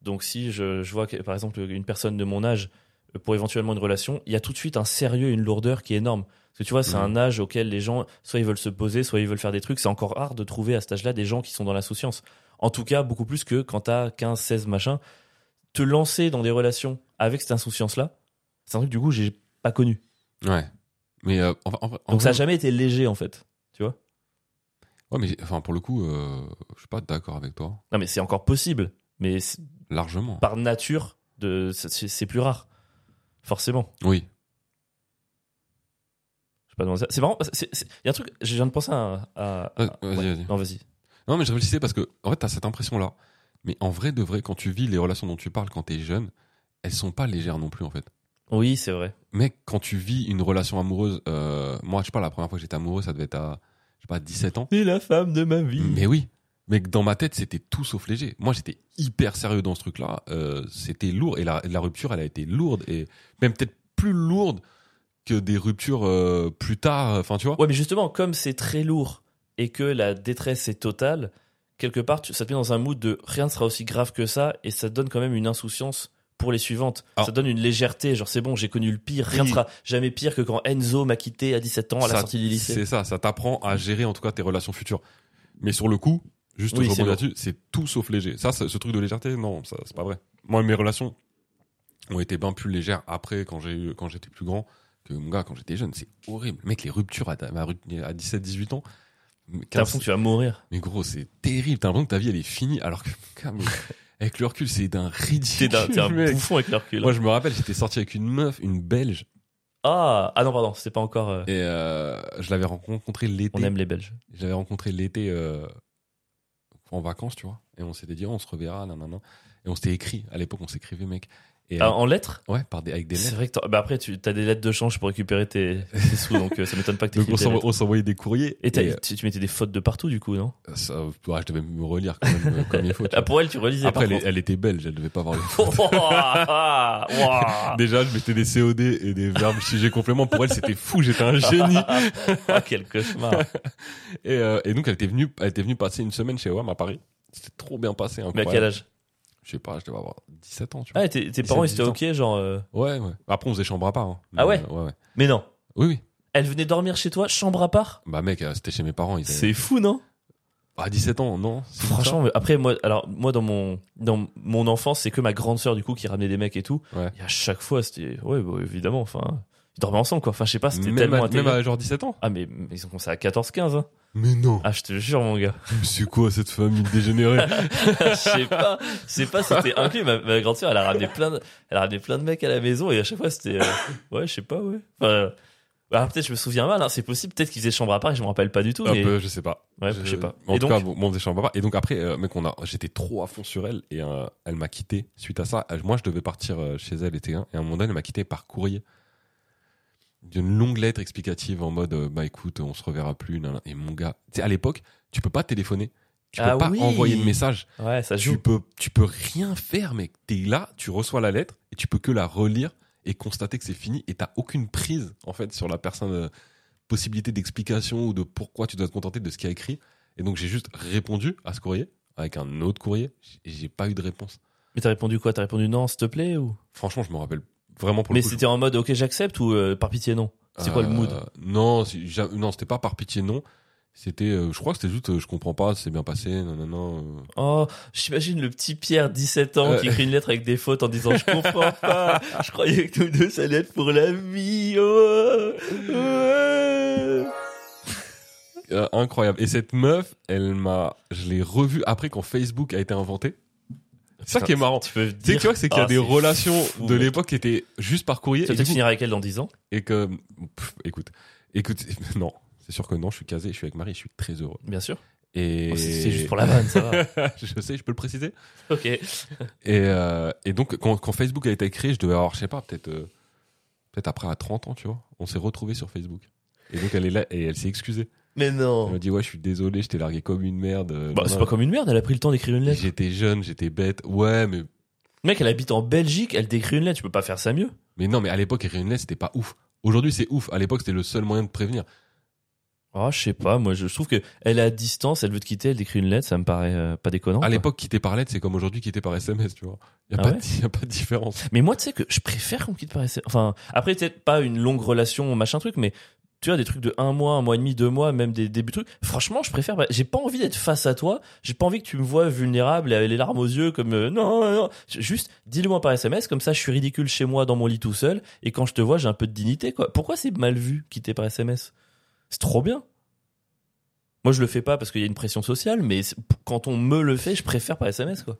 A: donc si je, je vois, que, par exemple, une personne de mon âge euh, pour éventuellement une relation, il y a tout de suite un sérieux, une lourdeur qui est énorme. Parce que tu vois, c'est
B: Mhm.
A: un âge auquel les gens, soit ils veulent se poser, soit ils veulent faire des trucs. C'est encore rare de trouver à cet âge-là des gens qui sont dans l'insouciance. En tout cas, beaucoup plus que quand t'as 15, 16, machin. Te lancer dans des relations avec cette insouciance-là, c'est un truc du coup j'ai pas connu.
B: Ouais. Mais euh, en- en- en
A: Donc ça
B: vrai-
A: n'a jamais été léger en fait.
B: Ouais, mais j'ai- enfin pour le coup, euh, je suis pas d'accord avec toi
A: Non mais c'est encore possible, mais c'est-
B: largement.
A: par nature, de, c'est c'est plus rare. Forcément.
B: Oui.
A: Je sais pas comment ça- C'est marrant. parce que c'est- c'est- Il y a un truc, je viens de penser à. à- à-
B: Ouais, Euh, vas-y,
A: ouais.
B: vas-y.
A: Non, vas-y.
B: Non, mais je réfléchissais parce que, en fait, t'as cette impression-là. Mais en vrai de vrai, quand tu vis les relations dont tu parles quand t'es jeune, elles sont pas légères non plus, en fait.
A: Oui, c'est vrai.
B: Mec, quand tu vis une relation amoureuse, euh, moi, je sais pas, la première fois que j'étais amoureux, ça devait être à, je sais pas, 17 ans.
A: C'est la femme de ma vie.
B: Mais oui. Mais que dans ma tête, c'était tout sauf léger. Moi, j'étais hyper sérieux dans ce truc-là. Euh, c'était lourd. Et la, la rupture, elle a été lourde. Et même peut-être plus lourde que des ruptures euh, plus tard. Enfin, tu vois.
A: Ouais, mais justement, comme c'est très lourd et que la détresse est totale, quelque part, tu- ça te met dans un mood de rien ne sera aussi grave que ça et ça te donne quand même une insouciance pour les suivantes.
B: Ah.
A: Ça te donne une légèreté, genre c'est bon, j'ai connu le pire, rien ne
B: Oui.
A: sera jamais pire que quand Enzo m'a quitté à 17 ans à la
B: Ça-
A: sortie du lycée.
B: C'est ça, ça t'apprend à gérer en tout cas tes relations futures. Mais sur le coup, juste
A: Oui,
B: je
A: c'est
B: rebondis là-dessus, c'est tout sauf léger. Ça, ça- ce truc de légèreté, non, ça, c'est pas vrai. Moi, mes relations ont été bien plus légères après, quand j'ai eu- quand j'étais plus grand, que mon gars, quand j'étais jeune. C'est horrible. Mec, les ruptures à, ta- ma ru- à 17, 18 ans.
A: T'as l'impression
B: 15,
A: que tu vas mourir.
B: mais gros, c'est terrible. T'as l'impression que ta vie, elle est finie. Alors que, mon gars, mais avec le recul, c'est d'un
A: T'es
B: ridicule.
A: d'un- t'es un,
B: mec.
A: bouffon avec le recul.
B: Moi, je me rappelle, j'étais sorti avec une meuf, une belge,
A: Ah, ah non, pardon, c'était pas encore. euh,
B: et euh, je l'avais rencontrée l'été.
A: on aime les Belges.
B: Je l'avais rencontré l'été euh, en vacances, tu vois. Et on s'était dit, oh, on se reverra, nanana. Et on s'était écrit. À l'époque, on s'écrivait, mec. Et,
A: Ah, en lettres
B: euh, ouais, par des, avec des
A: C'est
B: lettres.
A: vrai que t'en- bah après, tu as des lettres de change pour récupérer tes, tes sous, donc euh, ça m'étonne pas que
B: Donc on
A: t'écrives des
B: s'envoie-
A: lettres.
B: on s'envoyait des courriers.
A: Et, t'as-
B: euh,
A: tu, tu mettais des fautes de partout, du coup, non
B: ça, ouais, je devais me relire quand même euh, comme il faut. tu
A: Ah,
B: vois.
A: Pour elle, tu relisais.
B: Après,
A: par
B: elle, est-
A: contre.
B: elle était belge, elle devait pas avoir les
A: Ouah, ouah,
B: Ah. Déjà, je mettais des COD et des verbes sujet complément. Pour elle, c'était fou, j'étais un génie.
A: ah, quel cauchemar.
B: Et, euh, et donc, elle était venue, elle était venue passer une semaine chez WAM à Paris. C'était trop bien passé.
A: Mais à
B: incroyable.
A: quel âge
B: Je sais pas, je devais avoir 17 ans, tu vois.
A: Ah, tes, tes parents, ils étaient
B: 17 ans.
A: ok, genre. euh,
B: Ouais, ouais. Après, on faisait chambre à part. hein.
A: Ah ouais
B: Euh, ouais, ouais.
A: Mais non.
B: Oui, oui.
A: Elle venait dormir chez toi, chambre à part
B: Bah, mec, euh, c'était chez mes parents. Ils avaient...
A: C'est fou, non
B: À 17 ans, non c'est pour
A: Franchement, mais après, moi, alors, moi, dans mon, dans mon enfance, c'est que ma grande sœur, du coup, qui ramenait des mecs et tout.
B: Ouais.
A: Et à chaque fois, c'était, ouais, bah, évidemment, enfin, ils dormaient ensemble, quoi. Enfin, je sais pas,
B: ça
A: c'était
B: même,
A: tellement
B: à, même
A: intelligent.
B: à genre 17 ans
A: Ah, mais, mais ils ont commencé à 14-15, hein.
B: Mais non
A: Ah, je te jure, mon gars.
B: C'est quoi cette famille dégénérée
A: je sais pas, je sais pas, c'était inclus. Ma, ma grande sœur, elle a ramené plein de, elle a ramené plein de mecs à la maison et à chaque fois, c'était, euh, ouais, je sais pas, ouais. Enfin, bah, peut-être, je me souviens mal, hein, c'est possible, peut-être qu'ils faisaient chambre à part et je me rappelle pas du tout,
B: Un
A: mais,
B: peu, euh, je sais pas.
A: ouais, je sais pas.
B: En
A: Et
B: tout
A: donc,
B: cas, bon, moi, on faisait chambre à part. Et donc après, euh, mec, on a, j'étais trop à fond sur elle et euh, elle m'a quitté. Suite à ça, elle- moi, je devais partir euh, chez elle, etc. Et à un moment donné, elle m'a quitté par courrier. D'une longue lettre explicative en mode, euh, bah écoute, on se reverra plus. nan, nan. Et mon gars, tu sais, à l'époque, tu peux pas téléphoner. Tu peux
A: Ah
B: pas
A: oui.
B: envoyer de message.
A: ouais, ça
B: Tu
A: joue.
B: peux, tu peux rien faire, mec. T'es là, tu reçois la lettre et tu peux que la relire et constater que c'est fini et t'as aucune prise, en fait, sur la personne, euh, possibilité d'explication ou de pourquoi tu dois te contenter de ce qu'il y a écrit. Et donc, j'ai juste répondu à ce courrier avec un autre courrier et j'ai pas eu de réponse.
A: Mais t'as répondu quoi? T'as répondu non, s'il te plaît, ou?
B: Franchement, je me rappelle vraiment pour le
A: Mais
B: coup.
A: c'était en mode, ok, j'accepte ou, euh, par pitié, non? C'est quoi le mood?
B: Euh, Non, c'est- j'a- non, c'était pas par pitié, non. C'était, euh, je crois que c'était juste, euh, je comprends pas, c'est bien passé, non, non, non. euh.
A: Oh, j'imagine le petit Pierre, 17 ans, qui
B: Euh.
A: écrit une lettre avec des fautes en disant Je comprends pas, je croyais que nous deux, ça allait être pour la vie. oh, oh.
B: Euh, incroyable. Et cette meuf, elle m'a, je l'ai revue après quand Facebook a été inventé. C'est ça
A: Putain,
B: qui est marrant.
A: Tu peux
B: Tu sais,
A: dire.
B: tu vois, c'est qu'il y a
A: Ah,
B: des
A: c'est
B: relations
A: fou,
B: de
A: mec.
B: l'époque qui étaient juste par courrier
A: Tu vas
B: et, du
A: peut-être
B: coup-
A: finir avec elle dans 10 ans.
B: et que, pff, écoute, écoute, non, c'est sûr que non, je suis casé, je suis avec Marie, je suis très heureux.
A: Bien sûr.
B: Et
A: Oh, c'est- c'est juste pour la vanne, ça va.
B: je sais, je peux le préciser.
A: Ok.
B: Et, euh, et donc, quand, quand Facebook a été créé, je devais avoir, je sais pas, peut-être euh, peut-être après à 30 ans, tu vois, on s'est retrouvés sur Facebook. Et donc, elle est là et elle s'est excusée.
A: Mais
B: Elle
A: non.
B: m'a dit, ouais, je suis désolé, je t'ai largué comme une merde. euh,
A: Bah, c'est
B: nanana.
A: pas comme une merde, elle a pris le temps d'écrire une lettre.
B: J'étais jeune, j'étais bête. Ouais, mais,
A: Mec, elle habite en Belgique, elle t'écrit une lettre, tu peux pas faire ça mieux.
B: mais non, mais à l'époque, écrire une lettre, c'était pas ouf. Aujourd'hui, c'est ouf. À l'époque, c'était le seul moyen de prévenir.
A: Ah, je sais pas, moi je je trouve que elle est à distance, elle veut te quitter, elle t'écrit une lettre, ça me paraît euh, pas déconnant.
B: à
A: quoi.
B: l'époque, quitter par lettre, c'est comme aujourd'hui, quitter par SMS, tu vois. Y a,
A: Ah
B: pas
A: ouais
B: de, y a pas de différence.
A: Mais moi, tu sais que je préfère qu'on me quitte par SMS. Enfin, après, peut-être pas une longue relation, machin truc, mais tu vois, des trucs de un mois, un mois et demi, deux mois, même des débuts de trucs. Franchement, je préfère. bah, J'ai pas envie d'être face à toi. J'ai pas envie que tu me vois vulnérable et avec les larmes aux yeux, comme euh, non, non, non. J- Juste, dis-le-moi par SMS, comme ça, je suis ridicule chez moi dans mon lit tout seul. Et quand je te vois, j'ai un peu de dignité, quoi. Pourquoi c'est mal vu quitter par SMS C'est trop bien. Moi, je le fais pas parce qu'il y a une pression sociale, mais c'est- quand on me le fait, je préfère par SMS, quoi.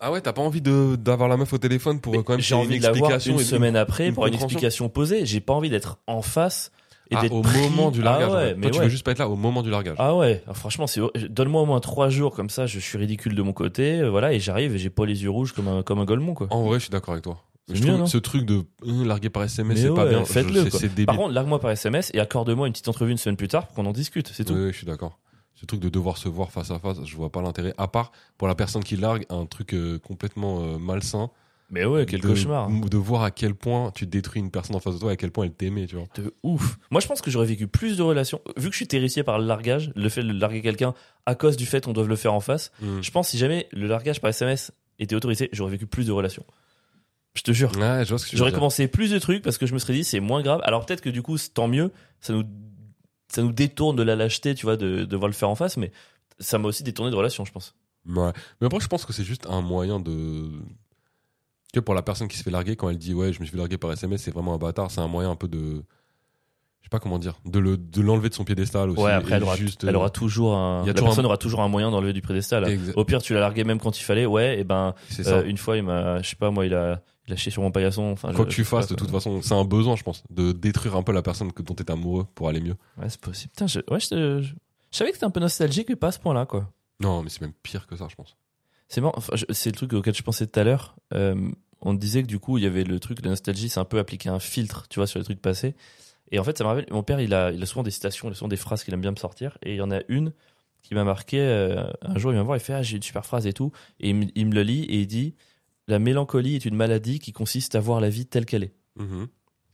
B: Ah ouais, t'as pas envie de- d'avoir la meuf au téléphone pour euh, quand même
A: J'ai
B: qu'il y ait
A: envie
B: une
A: de la voir
B: explication
A: une
B: et de-
A: semaine après
B: une
A: pour une
B: compréhension.
A: explication posée. J'ai pas envie d'être en face et
B: Ah,
A: d'être
B: au
A: pris-
B: moment du largage.
A: Ah
B: en fait.
A: ouais,
B: Toi,
A: mais
B: tu
A: ouais.
B: veux juste pas être là au moment du largage.
A: Ah ouais, ah, franchement, c'est hor- donne-moi au moins trois jours comme ça, je suis ridicule de mon côté, euh, voilà, et j'arrive et j'ai pas les yeux rouges comme un comme un golemon quoi.
B: En vrai, je suis d'accord avec toi.
A: C'est
B: Je
A: mieux,
B: trouve
A: non
B: ce truc de euh, larguer par SMS,
A: Mais
B: c'est pas
A: ouais,
B: bien. Je
A: faites-le,
B: sais,
A: quoi.
B: C'est débile.
A: Par contre, largue-moi par SMS et accorde-moi une petite entrevue une semaine plus tard pour qu'on en discute, c'est tout.
B: Oui, oui, je suis d'accord. Ce truc de devoir se voir face à face, je vois pas l'intérêt. À part pour la personne qui largue, un truc euh, complètement euh, malsain.
A: Mais ouais, quel
B: de,
A: cauchemar.
B: De voir à quel point tu détruis une personne en face de toi, à quel point elle t'aimait, tu vois.
A: De ouf. Moi, je pense que j'aurais vécu plus de relations. Vu que je suis terrifié par le largage, le fait de larguer quelqu'un à cause du fait qu'on doit le faire en face,
B: Mm.
A: Je pense que si jamais le largage par SMS était autorisé, j'aurais vécu plus de relations. Je te jure.
B: Ouais, je vois ce que tu veux
A: J'aurais
B: dire.
A: commencé plus de trucs parce que je me serais dit c'est moins grave. Alors peut-être que du coup, c'est tant mieux, ça nous, ça nous détourne de la lâcheté, tu vois, de de devoir le faire en face, mais ça m'a aussi détourné de relations, je pense.
B: Ouais. Mais après, je pense que c'est juste un moyen de. Que pour la personne qui se fait larguer, quand elle dit ouais, je me suis fait larguer par SMS, c'est vraiment un bâtard, c'est un moyen un peu de. Je sais pas comment dire, de le- de l'enlever de, son piédestal aussi.
A: ouais, après,
B: et
A: elle aura,
B: juste,
A: elle
B: euh,
A: aura toujours un.
B: y a
A: La
B: toujours un-
A: personne aura toujours un moyen d'enlever du prédestal.
B: exa-
A: Au pire, tu l'as largué même quand il fallait. Ouais, et ben,
B: C'est
A: euh,
B: ça.
A: une fois, il m'a, je sais pas, moi, il a, il a chié sur mon paillasson. Enfin,
B: Quoi
A: je-
B: que
A: je
B: tu
A: sais pas,
B: fasses, de
A: quoi.
B: toute façon, c'est un besoin, je pense, de détruire un peu la personne que, dont t'es amoureux pour aller mieux.
A: Ouais, c'est possible. Putain, je, ouais, je, te- je- je savais que t'étais un peu nostalgique, mais pas à ce point-là, quoi.
B: Non, mais c'est même pire que ça, je pense.
A: C'est marrant, enfin, je- c'est le truc auquel je pensais tout à l'heure. Euh, on disait que du coup, il y avait le truc, la nostalgie, c'est un peu appliquer un filtre, tu vois, sur les trucs passés. Et en fait, ça me rappelle, mon père, il a, il a souvent des citations, il a souvent des phrases qu'il aime bien me sortir. Et il y en a une qui m'a marqué. euh, un jour, il vient me voir, il fait Ah, j'ai une super phrase et tout. Et il me, il me le lit et il dit La mélancolie est une maladie qui consiste à voir la vie telle qu'elle est.
B: Mhm.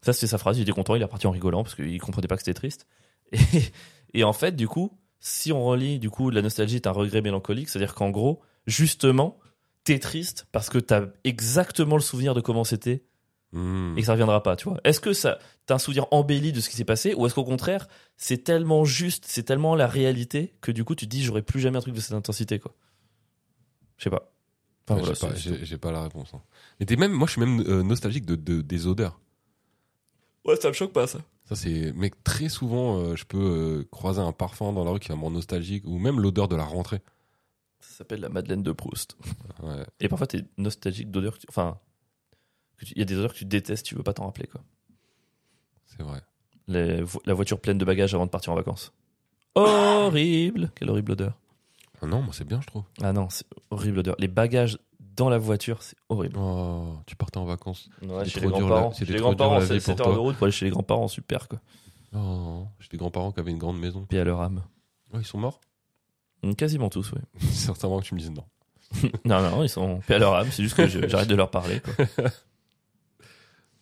A: Ça, c'était sa phrase. Il était content, il est parti en rigolant parce qu'il comprenait pas que c'était triste. Et, et en fait, du coup, si on relie, du coup, la nostalgie est un regret mélancolique, c'est-à-dire qu'en gros, justement, t'es triste parce que t'as exactement le souvenir de comment c'était
B: Mhm.
A: et que ça reviendra pas, tu vois. Est-ce que ça, t'as un souvenir embelli de ce qui s'est passé ou est-ce qu'au contraire, c'est tellement juste, c'est tellement la réalité que du coup, tu te dis, j'aurai plus jamais un truc de cette intensité, quoi. Je sais pas. Enfin,
B: Ouais,
A: voilà,
B: j'ai pas-
A: c'est-
B: J'ai j'ai pas la réponse. hein. Mais t'es même, moi, je suis même euh, nostalgique de, de- des odeurs.
A: Ouais, ça me choque pas, ça.
B: Ça, c'est. Mec, très souvent, euh, je peux euh, croiser un parfum dans la rue qui va me rendre nostalgique, ou même l'odeur de la rentrée.
A: Ça s'appelle la Madeleine de Proust.
B: Ouais.
A: Et parfois, t'es nostalgique d'odeurs. que tu- Enfin, que tu- il y a des odeurs que tu détestes, tu veux pas t'en rappeler. Quoi.
B: C'est vrai.
A: Les vo- la voiture pleine de bagages avant de partir en vacances. Horrible Quelle horrible odeur.
B: Ah non, moi c'est bien, je trouve.
A: Ah non, c'est horrible odeur. Les bagages dans la voiture, c'est horrible.
B: Oh, tu partais en vacances.
A: Ouais,
B: C'était
A: chez les
B: trop dur,
A: grands-parents,
B: la- c'était
A: Chez les
B: trop dur,
A: grands-parents,
B: la
A: c'est
B: vie
A: 7
B: pour
A: heures de
B: toi.
A: route pour aller chez les grands-parents, super quoi.
B: Oh, j'ai des grands-parents qui avaient une grande maison.
A: Puis à leur âme.
B: Oh, ils sont morts
A: Mm, Quasiment tous, oui.
B: Certainement que tu me dises non.
A: non, non, ils sont paix à leur âme, c'est juste que je- j'arrête de leur parler. Quoi.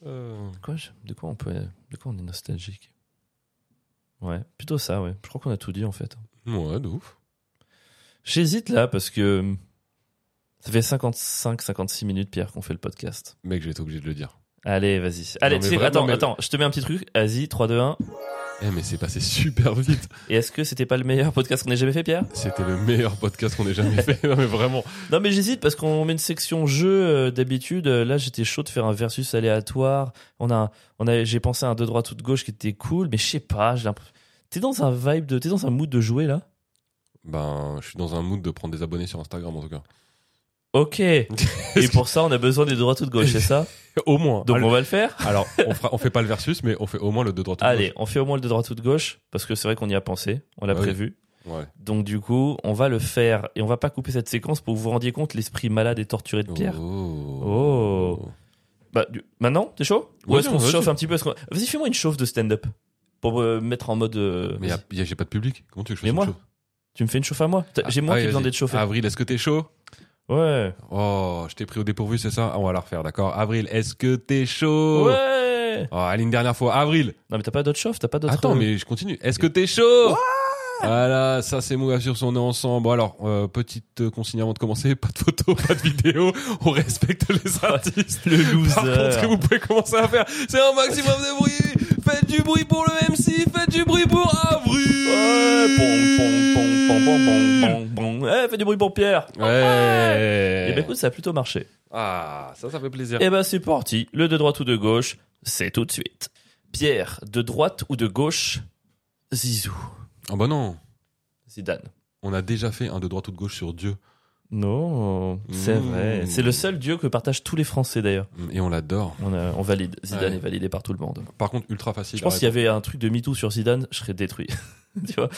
B: Euh,
A: Quoi, je- de, quoi on peut, de quoi on est nostalgique Ouais, plutôt ça, ouais. Je crois qu'on a tout dit en fait.
B: Ouais, de ouf.
A: J'hésite là parce que ça fait 55-56 minutes, Pierre, qu'on fait le podcast.
B: Mec, je vais être obligé de le dire.
A: Allez, vas-y. Allez,
B: mais
A: tu sais,
B: vraiment,
A: attends,
B: mais-
A: attends, je te mets un petit truc. Vas-y, 3, 2, 1.
B: Eh, mais c'est passé super vite.
A: Et est-ce que c'était pas le meilleur podcast qu'on ait jamais fait, Pierre
B: C'était le meilleur podcast qu'on ait jamais fait. Non, mais vraiment.
A: Non, mais j'hésite parce qu'on met une section jeu euh, d'habitude. Euh, Là, j'étais chaud de faire un versus aléatoire. On a, un- on a, j'ai pensé à un deux droite tout de gauche qui était cool, mais je sais pas. j'ai l'impression- T'es dans un vibe de, t'es dans un mood de jouer là
B: Ben, je suis dans un mood de prendre des abonnés sur Instagram en tout cas.
A: Ok. Et pour ça, on a besoin des deux droites tout de gauche, c'est ça
B: Au moins. Ah,
A: Donc
B: Allez.
A: on va le faire.
B: Alors, on, fera, on fait pas le versus, mais on fait au moins le 2 droite.
A: Allez, on fait au moins le de droite ou de gauche, parce que c'est vrai qu'on y a pensé, on l'a
B: Ah oui.
A: prévu.
B: Ouais.
A: Donc du coup, on va le faire, et on va pas couper cette séquence pour que vous vous rendiez compte l'esprit malade et torturé de Pierre.
B: Oh.
A: Bah, du- Maintenant, t'es chaud Ou
B: Ouais,
A: est-ce
B: non,
A: qu'on se
B: vas-y.
A: chauffe un petit peu Est-ce qu'on- Vas-y, fais-moi une chauffe de stand-up, pour euh, mettre en mode... euh,
B: Mais y a-
A: vas-y.
B: y a- j'ai pas de public. Comment tu veux que je
A: Mais
B: fasse
A: moi,
B: une chauffe
A: Tu me fais une chauffe à moi T'as- J'ai moi
B: Ah,
A: qui ai
B: ouais,
A: besoin
B: vas-y. Ah.
A: d'être chauffé.
B: Avril, est-ce que t'es chaud
A: Ouais.
B: Oh, je t'ai pris au dépourvu, c'est ça Ah, On va la refaire, d'accord. Avril, est-ce que t'es chaud
A: Ouais
B: Oh, allez, une dernière fois. Avril
A: Non mais t'as pas d'autres chauffes T'as pas euh, d'autres...
B: Attends, mais je continue. Est-ce que t'es chaud Voilà, ça c'est Mouga sur son est ensemble. Bon alors, euh, petite euh, consigne avant de commencer, pas de photo, pas de vidéo, on respecte les artistes.
A: Le
B: Par contre, ce que
A: loser
B: vous pouvez commencer à faire, c'est un maximum de bruit. Faites du bruit pour le MC, faites du bruit pour
A: Ouais, pom, pom, pom, pom, pom,
B: Avril.
A: pom, pom, pom. Eh, fais du bruit pour Pierre Et ben
B: Ouais.
A: écoute, ça a plutôt marché.
B: Eh Ah, ça, ça fait plaisir.
A: Eh ben c'est parti, le de droite ou de gauche, c'est tout de suite. Pierre, de droite ou de gauche Zizou,
B: Ah bah non,
A: Zidane.
B: on a déjà fait un de droite ou de gauche sur Dieu
A: Non, c'est
B: Mmh.
A: vrai. C'est le seul dieu que partagent tous les Français d'ailleurs.
B: mm, et on l'adore.
A: On, a- on valide, Zidane
B: Ouais.
A: est validé par tout le monde.
B: Par contre, ultra facile.
A: Je pense
B: arrête.
A: s'il y avait un truc de MeToo sur Zidane, je serais détruit. tu vois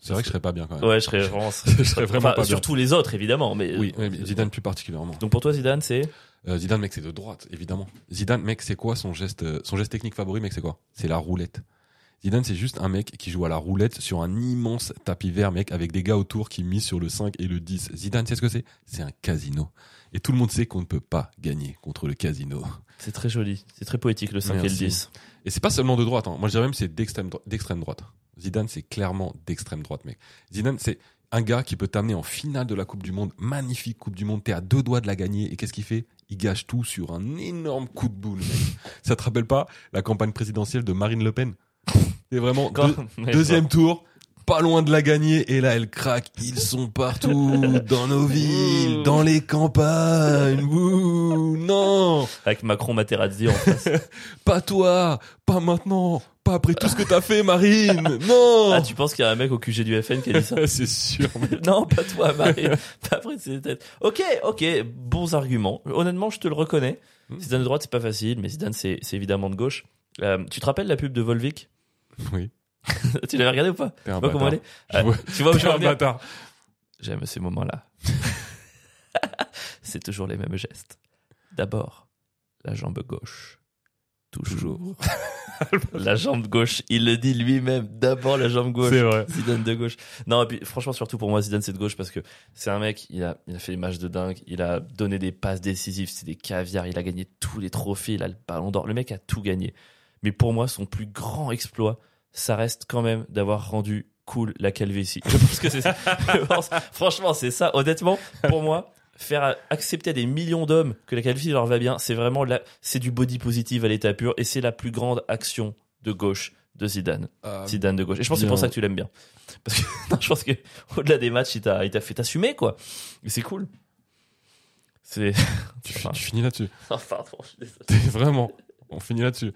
B: C'est vrai que je serais pas bien quand même.
A: Ouais, je serais vraiment,
B: Je serais vraiment pas bien.
A: Sur tous les autres évidemment, mais
B: Oui, ouais, mais Zidane plus particulièrement.
A: Donc pour toi Zidane, c'est
B: Euh, Zidane, mec, c'est de droite, évidemment. Zidane, mec, c'est quoi son geste, euh, son geste technique favori, mec, c'est quoi C'est la roulette. Zidane, c'est juste un mec qui joue à la roulette sur un immense tapis vert, mec, avec des gars autour qui misent sur le 5 et le 10. Zidane, c'est ce que c'est C'est un casino. Et tout le monde sait qu'on ne peut pas gagner contre le casino.
A: c'est très joli, c'est très poétique le 5 et
B: Merci.
A: le 10.
B: Et c'est pas seulement de droite, hein. moi je dirais même c'est d'extrême dro- d'extrême droite. Zidane, c'est clairement d'extrême droite, mec. Zidane, c'est un gars qui peut t'amener en finale de la Coupe du Monde, magnifique Coupe du Monde, t'es à deux doigts de la gagner, et qu'est-ce qu'il fait Il gâche tout sur un énorme coup de boule, mec. Ça te rappelle pas la campagne présidentielle de Marine Le Pen C'est vraiment
A: Quand-
B: deux- deuxième tour, pas loin de la gagner, et là elle craque. Ils sont partout, dans nos villes, dans les campagnes, Ouh, non
A: avec Macron Materazzi en face.
B: pas toi, pas maintenant, pas après tout ce que t'as fait, Marine. Non.
A: Ah, tu penses qu'il y a un mec au QG du FN qui a dit ça
B: C'est sûr.
A: Non, pas toi, Marie. pas pris de ses têtes. Ok, ok, bons arguments. Honnêtement, je te le reconnais.
B: Mm.
A: Zidane de droite, c'est pas facile, mais Zidane, c'est c'est évidemment de gauche. Euh, tu te rappelles la pub de Volvic
B: Oui. bah
A: Tu l'avais regardée ou pas
B: T'es un
A: Tu vois comment elle est
B: Je vois-
A: Euh, Tu vois où je
B: T'es
A: veux
B: un
A: en venir
B: bâtard.
A: J'aime ces moments-là. c'est toujours les mêmes gestes. D'abord, la jambe gauche. Toujours. la jambe gauche. Il le dit lui-même. D'abord la jambe gauche.
C: C'est vrai.
A: Zidane de gauche. Non, et puis franchement, surtout pour moi, Zidane, c'est de gauche parce que c'est un mec, il a, il a fait des matchs de dingue, il a donné des passes décisives, c'est des caviars, il a gagné tous les trophées, il a le ballon d'or. Le mec a tout gagné. Mais pour moi, son plus grand exploit, ça reste quand même d'avoir rendu cool la calvétie. Je pense que c'est ça. Je pense- franchement, c'est ça. Honnêtement, pour moi, faire accepter à des millions d'hommes que la calvitie leur va bien, c'est vraiment la, c'est du body positive à l'état pur et c'est la plus grande action de gauche de Zidane.
B: Ah,
A: Zidane de gauche. Et je pense que c'est
C: bien.
A: pour ça que tu l'aimes bien. Parce que non, je pense que au-delà des matchs, il t'a, il t'a fait t'assumer quoi. Et c'est cool. C'est.
B: tu,
A: Enfin,
B: tu finis là-dessus.
A: oh, pardon, je suis désolé.
B: T'es vraiment. On finit là-dessus.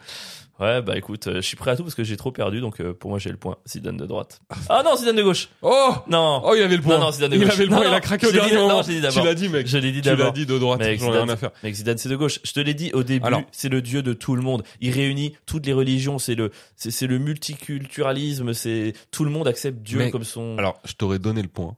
A: Ouais, bah écoute, euh, je suis prêt à tout parce que j'ai trop perdu, donc euh, pour moi j'ai le point. Zidane de droite. Ah non, Zidane de gauche.
B: Oh
A: Non.
B: Oh, il avait le point.
A: Non, non, Zidane de
B: il
A: gauche.
B: avait le
A: Non,
B: point, il
A: non,
B: a craqué au
A: je l'ai
B: dernier
A: dit- non,
B: moment.
A: je l'ai dit
B: tu
A: d'abord.
B: l'as dit, mec.
A: Je l'ai dit
B: Tu l'as
A: d'abord.
B: dit de droite,
A: Mec,
B: j'en ai rien
A: Zidane-
B: à faire.
A: Mec, Zidane, c'est de gauche. Je te l'ai dit au début,
B: Alors.
A: c'est le dieu de tout le monde. Il réunit toutes les religions, c'est le, c'est, c'est le multiculturalisme, c'est tout le monde accepte Dieu
B: Mais-
A: comme son.
B: Alors, je t'aurais donné le point,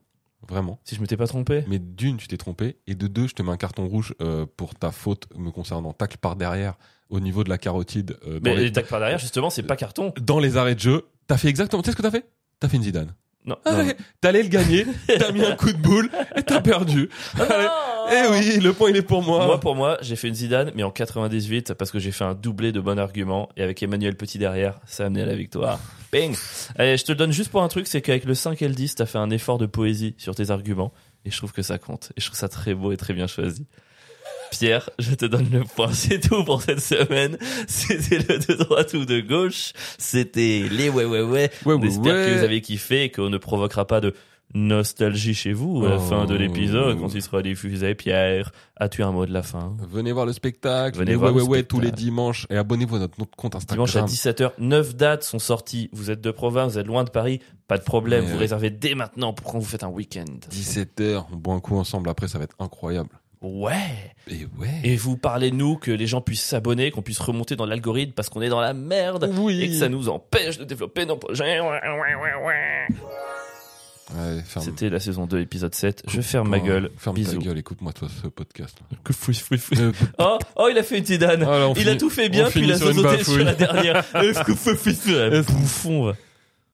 B: vraiment.
A: si je m'étais pas trompé.
B: Mais d'une, tu t'es trompé, et de deux, je te mets un carton rouge euh, pour ta faute me concernant. Tacle par derrière, au niveau de la carotide, euh, dans,
A: Mais
B: les,
A: les tacs par derrière, justement, c'est pas carton.
B: dans les arrêts de jeu. T'as fait exactement. Tu sais ce que t'as fait T'as fait une Zidane.
A: Non.
B: Ah,
A: non.
B: ouais, T'allais le gagner, t'as mis un coup de boule, et t'as perdu. Eh
A: Oh.
B: oui, le point il est pour moi.
A: Moi, pour moi, j'ai fait une Zidane, mais en 98, parce que j'ai fait un doublé de bon argument, et avec Emmanuel Petit derrière, ça a amené à la victoire. Bang Allez, je te le donne juste pour un truc, c'est qu'avec le 5 et le 10, t'as fait un effort de poésie sur tes arguments, et je trouve que ça compte, et je trouve ça très beau et très bien choisi. Pierre, je te donne le point, c'est tout pour cette semaine. C'était le de droite ou de gauche, c'était les ouais ouais ouais.
B: Ouais,
A: On
B: ouais,
A: espère que
B: ouais.
A: vous avez kiffé et qu'on ne provoquera pas de nostalgie chez vous à la
B: Oh.
A: fin de l'épisode quand il sera diffusé. Pierre, as-tu un mot de la fin
B: Venez voir le spectacle.
A: Venez
B: les
A: voir
B: ouais,
A: le
B: ouais, ouais, tous les
A: spectacle.
B: dimanches. Et abonnez-vous à notre notre compte Instagram.
A: Dimanche à 17h, 9 dates sont sorties. Vous êtes de province, vous êtes loin de Paris, pas de problème,
B: Mais
A: vous
B: oui.
A: réservez dès maintenant pour quand vous faites un week-end.
B: 17h, on boit un coup ensemble. Après, ça va être incroyable.
A: Ouais
B: Et ouais.
A: Et vous parlez de nous, que les gens puissent s'abonner, qu'on puisse remonter dans l'algorithme parce qu'on est dans la merde
B: oui.
A: et que ça nous empêche de développer nos projets. Ouais, ouais, ouais, ouais.
B: Ouais, ferme.
A: C'était la saison 2, épisode 7. Je ferme ma
B: Point.
A: gueule.
B: Ferme
A: Bisous.
B: ta gueule. Écoute-moi toi ce podcast. Là.
A: Oh, oh, il a fait une tidane
B: Ah, là, on
A: Il a
B: finit-
A: tout fait bien,
B: on
A: puis il
B: finit
A: a
B: sur une
A: sauté sur
B: bafouille.
A: la dernière. Bouffon, va.